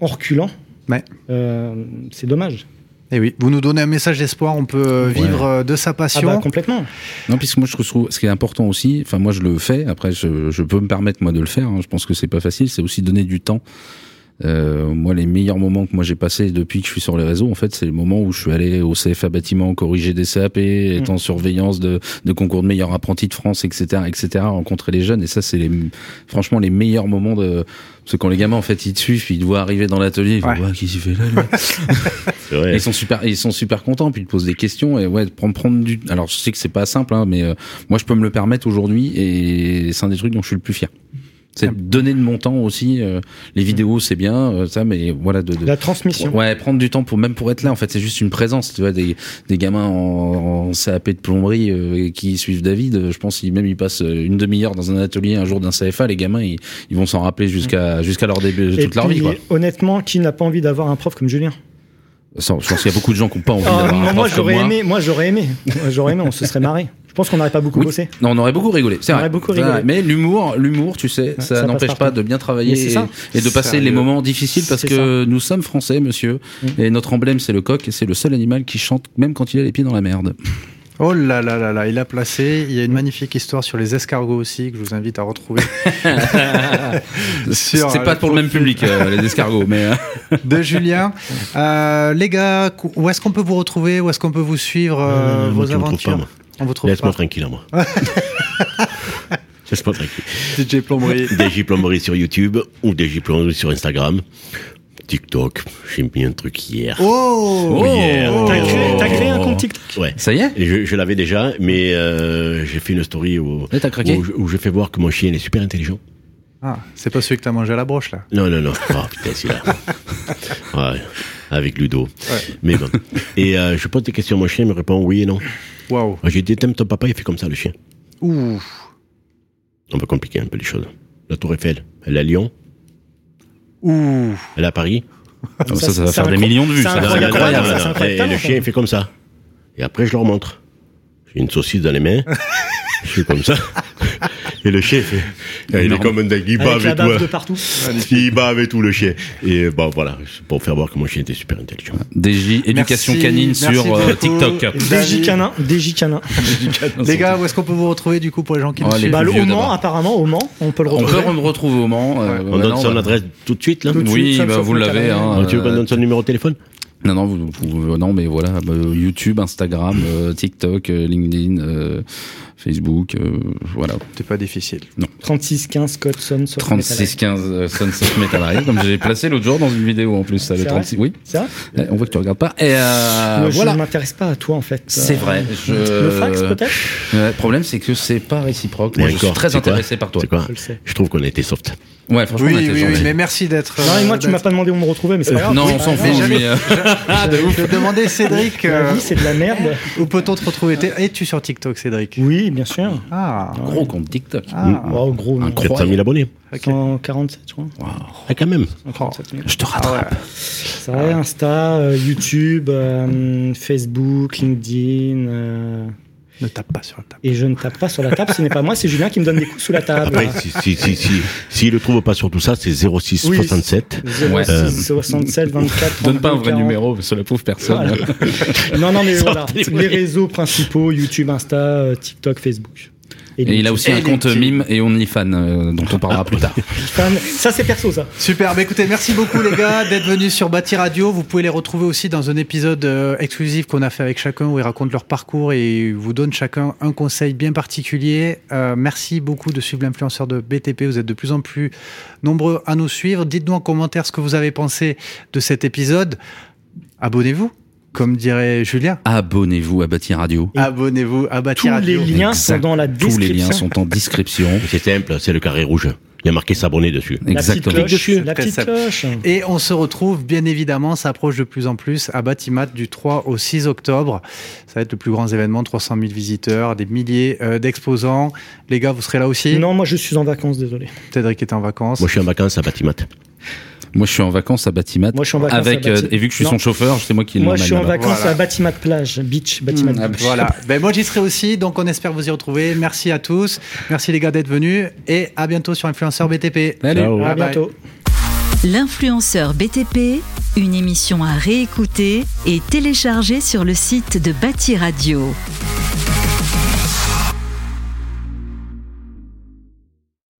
[SPEAKER 4] en reculant.
[SPEAKER 2] Ouais.
[SPEAKER 4] Euh, c'est dommage.
[SPEAKER 2] Et oui, vous nous donnez un message d'espoir, on peut euh, vivre euh, de sa
[SPEAKER 4] Ah
[SPEAKER 2] passion.
[SPEAKER 4] bah, complètement.
[SPEAKER 5] Non, puisque moi je trouve ce qui est important aussi, enfin moi je le fais, après je, je peux me permettre moi de le faire, hein, je pense que c'est pas facile, c'est aussi donner du temps. Euh, moi les meilleurs moments que moi j'ai passés depuis que je suis sur les réseaux, en fait c'est les moments où je suis allé au CFA bâtiment corriger des CAP, être en surveillance de, de concours de meilleur apprenti de France, etc., etc., rencontrer les jeunes, et ça c'est les, franchement les meilleurs moments de... Parce que quand les gamins en fait ils te suivent, puis ils te voient arriver dans l'atelier, ils font,
[SPEAKER 2] Ouais.
[SPEAKER 5] Ouais, qu'est-ce qu'il fait là lui
[SPEAKER 3] C'est vrai.
[SPEAKER 5] Hum. et Ils sont super, ils sont super contents, puis ils te posent des questions et ouais, de prendre, prendre du. Alors je sais que c'est pas simple, hein, mais euh, moi je peux me le permettre aujourd'hui et c'est un des trucs dont je suis le plus fier. C'est de donner de mon temps aussi. euh, les vidéos c'est bien, euh, ça, mais voilà de. de-
[SPEAKER 4] La transmission.
[SPEAKER 5] Ouais, prendre du temps pour même pour être là. En fait, c'est juste une présence. Tu vois, des, des gamins en, en CAP de plomberie euh, qui suivent David. euh, Je pense qu'ils même ils passent euh, une demi-heure dans un atelier un jour d'un CFA. Les gamins, ils, ils vont s'en rappeler jusqu'à jusqu'à leur début,
[SPEAKER 4] Et
[SPEAKER 5] toute leur vie.
[SPEAKER 4] puis,
[SPEAKER 5] Quoi.
[SPEAKER 4] honnêtement, qui n'a pas envie d'avoir un prof comme Julien
[SPEAKER 5] Ça, je pense qu'il y a beaucoup de gens qui n'ont pas envie
[SPEAKER 4] Ah,
[SPEAKER 5] d'avoir un
[SPEAKER 4] moi,
[SPEAKER 5] prof
[SPEAKER 4] moi,
[SPEAKER 5] comme
[SPEAKER 4] j'aurais
[SPEAKER 5] moi.
[SPEAKER 4] aimé. Moi, j'aurais aimé. Moi, J'aurais aimé. On se serait marré. Je pense qu'on n'aurait pas beaucoup
[SPEAKER 5] Oui.
[SPEAKER 4] bossé.
[SPEAKER 5] Non, on aurait beaucoup rigolé, c'est
[SPEAKER 4] On
[SPEAKER 5] vrai.
[SPEAKER 4] aurait beaucoup
[SPEAKER 5] C'est vrai.
[SPEAKER 4] rigolé.
[SPEAKER 5] Mais l'humour, l'humour, tu sais, ça,
[SPEAKER 4] ça passe
[SPEAKER 5] n'empêche pas
[SPEAKER 4] partout.
[SPEAKER 5] de bien travailler
[SPEAKER 4] Mais c'est
[SPEAKER 5] et,
[SPEAKER 4] ça.
[SPEAKER 5] et de passer
[SPEAKER 2] Sérieux.
[SPEAKER 5] les moments difficiles parce
[SPEAKER 4] C'est
[SPEAKER 5] que nous sommes français, monsieur,
[SPEAKER 4] Mm.
[SPEAKER 5] et notre emblème c'est le coq et c'est le seul animal qui chante même quand il a les pieds dans la merde.
[SPEAKER 2] Oh là là là là, il a placé. Il y a une magnifique histoire sur les escargots aussi que je vous invite à retrouver.
[SPEAKER 5] C'est
[SPEAKER 2] Sur, euh,
[SPEAKER 5] pas
[SPEAKER 2] le
[SPEAKER 5] pour le même public euh, les escargots, mais euh,
[SPEAKER 2] de Julien. Euh, les gars, cou- où est-ce qu'on peut vous retrouver Où est-ce qu'on peut vous suivre euh,
[SPEAKER 3] Euh,
[SPEAKER 2] vos
[SPEAKER 3] moi, tu me trouves
[SPEAKER 2] aventures
[SPEAKER 3] pas, moi.
[SPEAKER 2] On vous trouve
[SPEAKER 3] Laisse-moi
[SPEAKER 2] pas.
[SPEAKER 3] tranquille, à moi. Laisse-moi tranquille.
[SPEAKER 2] DJ Plomberie.
[SPEAKER 3] Des plomberie sur YouTube ou des plomberie sur Instagram. TikTok. J'ai mis un truc hier.
[SPEAKER 2] Oh
[SPEAKER 5] Oh
[SPEAKER 3] hier.
[SPEAKER 4] euh, T'as créé,
[SPEAKER 5] Oh.
[SPEAKER 4] t'as créé un compte TikTok
[SPEAKER 3] Ouais.
[SPEAKER 5] Ça y est
[SPEAKER 3] Et Je, je l'avais déjà, mais euh, j'ai fait une story où,
[SPEAKER 5] Là, t'as craqué
[SPEAKER 3] où, je- où je fais voir que mon chien il est super intelligent.
[SPEAKER 2] Ah, c'est pas celui que t'as mangé à la broche, là.
[SPEAKER 3] Non, non, non. Oh putain, c'est là. Ouais, avec Ludo. Mais bon. Et euh, je pose des questions à mon chien, il me répond oui et non.
[SPEAKER 2] Waouh.
[SPEAKER 3] J'ai dit, t'aimes ton papa, il fait comme ça, le chien.
[SPEAKER 2] Ouh.
[SPEAKER 3] On va compliquer un peu les choses. La Tour Eiffel, elle est à Lyon,
[SPEAKER 2] Ouh.
[SPEAKER 3] elle est à Paris.
[SPEAKER 5] Ah, Ça, ça va
[SPEAKER 4] c'est
[SPEAKER 5] faire des
[SPEAKER 4] incroyable.
[SPEAKER 5] millions de vues.
[SPEAKER 4] Ah, C'est
[SPEAKER 5] ça.
[SPEAKER 3] Non, non,
[SPEAKER 4] incroyable.
[SPEAKER 3] non,
[SPEAKER 4] ça,
[SPEAKER 3] non,
[SPEAKER 4] c'est
[SPEAKER 3] non.
[SPEAKER 4] incroyable.
[SPEAKER 3] Et le chien, il fait comme ça. Et après, je leur montre. J'ai une saucisse dans les mains. je suis comme ça. Et le chien, il fait. Il est
[SPEAKER 5] Énorme.
[SPEAKER 3] comme un dingue. Il bat
[SPEAKER 4] Avec la
[SPEAKER 3] avec,
[SPEAKER 4] bave de
[SPEAKER 3] tout.
[SPEAKER 4] partout.
[SPEAKER 3] Il bat avec tout, le chien. Et bon, voilà. c'est Pour faire voir que mon chien était super intelligent.
[SPEAKER 5] DJ éducation
[SPEAKER 2] Merci,
[SPEAKER 5] canine
[SPEAKER 2] merci
[SPEAKER 5] sur euh,
[SPEAKER 2] beaucoup.
[SPEAKER 5] TikTok.
[SPEAKER 4] DJ Canin, DJ Canin.
[SPEAKER 2] Les gars, où est-ce qu'on peut vous retrouver, du coup, pour les gens qui nous
[SPEAKER 5] Oh, les
[SPEAKER 2] suivent
[SPEAKER 4] Bah, le-
[SPEAKER 5] vieux
[SPEAKER 4] au Mans,
[SPEAKER 5] d'abord.
[SPEAKER 4] apparemment, au Mans, on peut le
[SPEAKER 5] on peut
[SPEAKER 4] retrouver.
[SPEAKER 5] me retrouver au Mans. euh,
[SPEAKER 3] On donne
[SPEAKER 5] maintenant,
[SPEAKER 3] son
[SPEAKER 5] bah,
[SPEAKER 3] adresse tout de suite, là
[SPEAKER 4] Tout de
[SPEAKER 5] Oui,
[SPEAKER 4] suite, ça,
[SPEAKER 5] bah,
[SPEAKER 4] sur
[SPEAKER 5] vous
[SPEAKER 4] le
[SPEAKER 5] l'avez.
[SPEAKER 4] canal.
[SPEAKER 5] hein,
[SPEAKER 3] Ah, Tu veux qu'on
[SPEAKER 5] euh,
[SPEAKER 3] donne son numéro de téléphone
[SPEAKER 5] Non, non, vous, vous- non, mais voilà, bah, euh, YouTube, Instagram, euh, TikTok, euh, LinkedIn, euh, Facebook, euh, voilà.
[SPEAKER 2] C'est pas difficile.
[SPEAKER 4] 36 15 Codson sur
[SPEAKER 5] 36 15 euh, Sunset Metal Rise, comme j'ai placé l'autre jour dans une vidéo en plus, ça, le
[SPEAKER 4] C'est
[SPEAKER 5] 36. Oui,
[SPEAKER 4] Ça
[SPEAKER 5] Eh, on voit que tu regardes pas. Et euh,
[SPEAKER 4] Moi,
[SPEAKER 5] voilà.
[SPEAKER 4] Je m'intéresse pas à toi en fait.
[SPEAKER 5] C'est
[SPEAKER 4] Euh,
[SPEAKER 5] vrai, je-
[SPEAKER 4] Le fax peut-être
[SPEAKER 5] Euh, Le problème, c'est que c'est pas réciproque.
[SPEAKER 3] Mais
[SPEAKER 5] Moi, je suis
[SPEAKER 3] encore,
[SPEAKER 5] très
[SPEAKER 3] c'est quoi
[SPEAKER 5] intéressé par toi.
[SPEAKER 3] C'est quoi
[SPEAKER 4] Je le sais.
[SPEAKER 3] Je trouve qu'on a été soft.
[SPEAKER 5] Ouais, franchement,
[SPEAKER 2] Oui,
[SPEAKER 5] on a
[SPEAKER 2] oui,
[SPEAKER 5] été
[SPEAKER 2] oui,
[SPEAKER 5] gentils.
[SPEAKER 2] mais merci d'être.
[SPEAKER 4] Non,
[SPEAKER 2] euh,
[SPEAKER 4] et moi tu
[SPEAKER 2] d'être-
[SPEAKER 4] m'as pas demandé où me retrouver, mais c'est pas grave.
[SPEAKER 5] Non,
[SPEAKER 4] Oui,
[SPEAKER 5] on s'en
[SPEAKER 4] bah,
[SPEAKER 5] fout,
[SPEAKER 2] jamais-
[SPEAKER 5] mais euh,
[SPEAKER 2] Je te demandais, Cédric,
[SPEAKER 4] La
[SPEAKER 2] euh,
[SPEAKER 4] vie c'est de la merde.
[SPEAKER 2] où peut-on te retrouver T'es- Es-tu sur TikTok, Cédric
[SPEAKER 4] Oui, bien sûr.
[SPEAKER 2] Ah.
[SPEAKER 5] gros compte TikTok.
[SPEAKER 2] Ah.
[SPEAKER 4] Oh, gros, non.
[SPEAKER 5] Incroyable.
[SPEAKER 3] 400 000 abonnés.
[SPEAKER 2] Ok.
[SPEAKER 4] 147, je crois.
[SPEAKER 3] Ah, quand même.
[SPEAKER 4] 147 000.
[SPEAKER 5] Je te
[SPEAKER 2] Ah ouais.
[SPEAKER 5] rattrape.
[SPEAKER 4] Ça, Insta, euh, YouTube, euh, Facebook, LinkedIn. euh,
[SPEAKER 2] Ne tape pas sur la table.
[SPEAKER 4] et je ne tape pas sur la table, ce n'est pas moi, c'est Julien qui me donne des coups sous la table.
[SPEAKER 3] Après, si, si, si, si, s'il le trouve pas sur tout ça, c'est 06
[SPEAKER 4] Oui.
[SPEAKER 3] 67.
[SPEAKER 4] 06,
[SPEAKER 5] Ouais. Euh,
[SPEAKER 4] 67 24
[SPEAKER 5] Donne pas un vrai
[SPEAKER 4] 40.
[SPEAKER 5] numéro, parce que la pauvre
[SPEAKER 2] Ah,
[SPEAKER 5] personne.
[SPEAKER 4] Voilà. Non, non, mais voilà.
[SPEAKER 3] téléphone.
[SPEAKER 4] Les réseaux principaux YouTube, Insta, euh, TikTok, Facebook.
[SPEAKER 5] Et il a aussi un
[SPEAKER 2] LinkedIn.
[SPEAKER 5] compte mime et OnlyFan, euh, dont on
[SPEAKER 2] Ah.
[SPEAKER 5] parlera plus tard.
[SPEAKER 4] Fan- Ça, c'est perso, ça.
[SPEAKER 2] Super, bah écoutez, merci beaucoup les gars d'être venus sur Bâti Radio. Vous pouvez les retrouver aussi dans un épisode euh, exclusif qu'on a fait avec chacun où ils racontent leur parcours et ils vous donnent chacun un conseil bien particulier. Euh, merci beaucoup de suivre l'influenceur de BTP. Vous êtes de plus en plus nombreux à nous suivre. Dites-nous en commentaire ce que vous avez pensé de cet épisode. Abonnez-vous, comme dirait Julien.
[SPEAKER 5] Abonnez-vous à Bâti Radio.
[SPEAKER 2] Abonnez-vous à Bâti
[SPEAKER 4] Tous les
[SPEAKER 2] Radio.
[SPEAKER 4] liens
[SPEAKER 5] Exact.
[SPEAKER 4] sont dans la
[SPEAKER 5] Tous les liens
[SPEAKER 4] description.
[SPEAKER 5] sont en description.
[SPEAKER 3] C'est simple, c'est le carré rouge. Il y a marqué s'abonner dessus.
[SPEAKER 4] La petite
[SPEAKER 5] Exactement.
[SPEAKER 4] cloche, La
[SPEAKER 2] Très
[SPEAKER 4] petite
[SPEAKER 2] simple.
[SPEAKER 4] cloche.
[SPEAKER 2] Et on se retrouve bien évidemment, ça approche de plus en plus à Batimat du 3 au 6 octobre. Ça va être le plus grand événement, 300 000 visiteurs, des milliers euh, d'exposants. Les gars, vous serez là aussi
[SPEAKER 4] Non, moi, je suis en vacances, désolé.
[SPEAKER 2] Cédric est en vacances.
[SPEAKER 3] Moi, je suis en vacances à Batimat.
[SPEAKER 5] Moi, je suis en vacances à Batimat.
[SPEAKER 4] Moi, je suis en vacances
[SPEAKER 5] avec,
[SPEAKER 4] à Batimat.
[SPEAKER 5] euh, et vu que je suis son
[SPEAKER 4] Non.
[SPEAKER 5] chauffeur, c'est moi qui
[SPEAKER 4] Moi,
[SPEAKER 5] l'emmène
[SPEAKER 4] je suis en
[SPEAKER 5] là-bas.
[SPEAKER 4] vacances
[SPEAKER 2] Voilà.
[SPEAKER 4] à Batimat Plage, Beach, Batimat
[SPEAKER 5] Mmh, ah,
[SPEAKER 4] Beach.
[SPEAKER 2] Voilà, ben moi j'y serai aussi, donc on espère vous y retrouver. Merci à tous, merci les gars d'être venus et à bientôt sur Influenceur BTP.
[SPEAKER 5] Salut.
[SPEAKER 3] Ciao.
[SPEAKER 4] À
[SPEAKER 2] Bye bye.
[SPEAKER 4] bientôt.
[SPEAKER 1] L'influenceur BTP, une émission à réécouter et télécharger sur le site de Bâti Radio.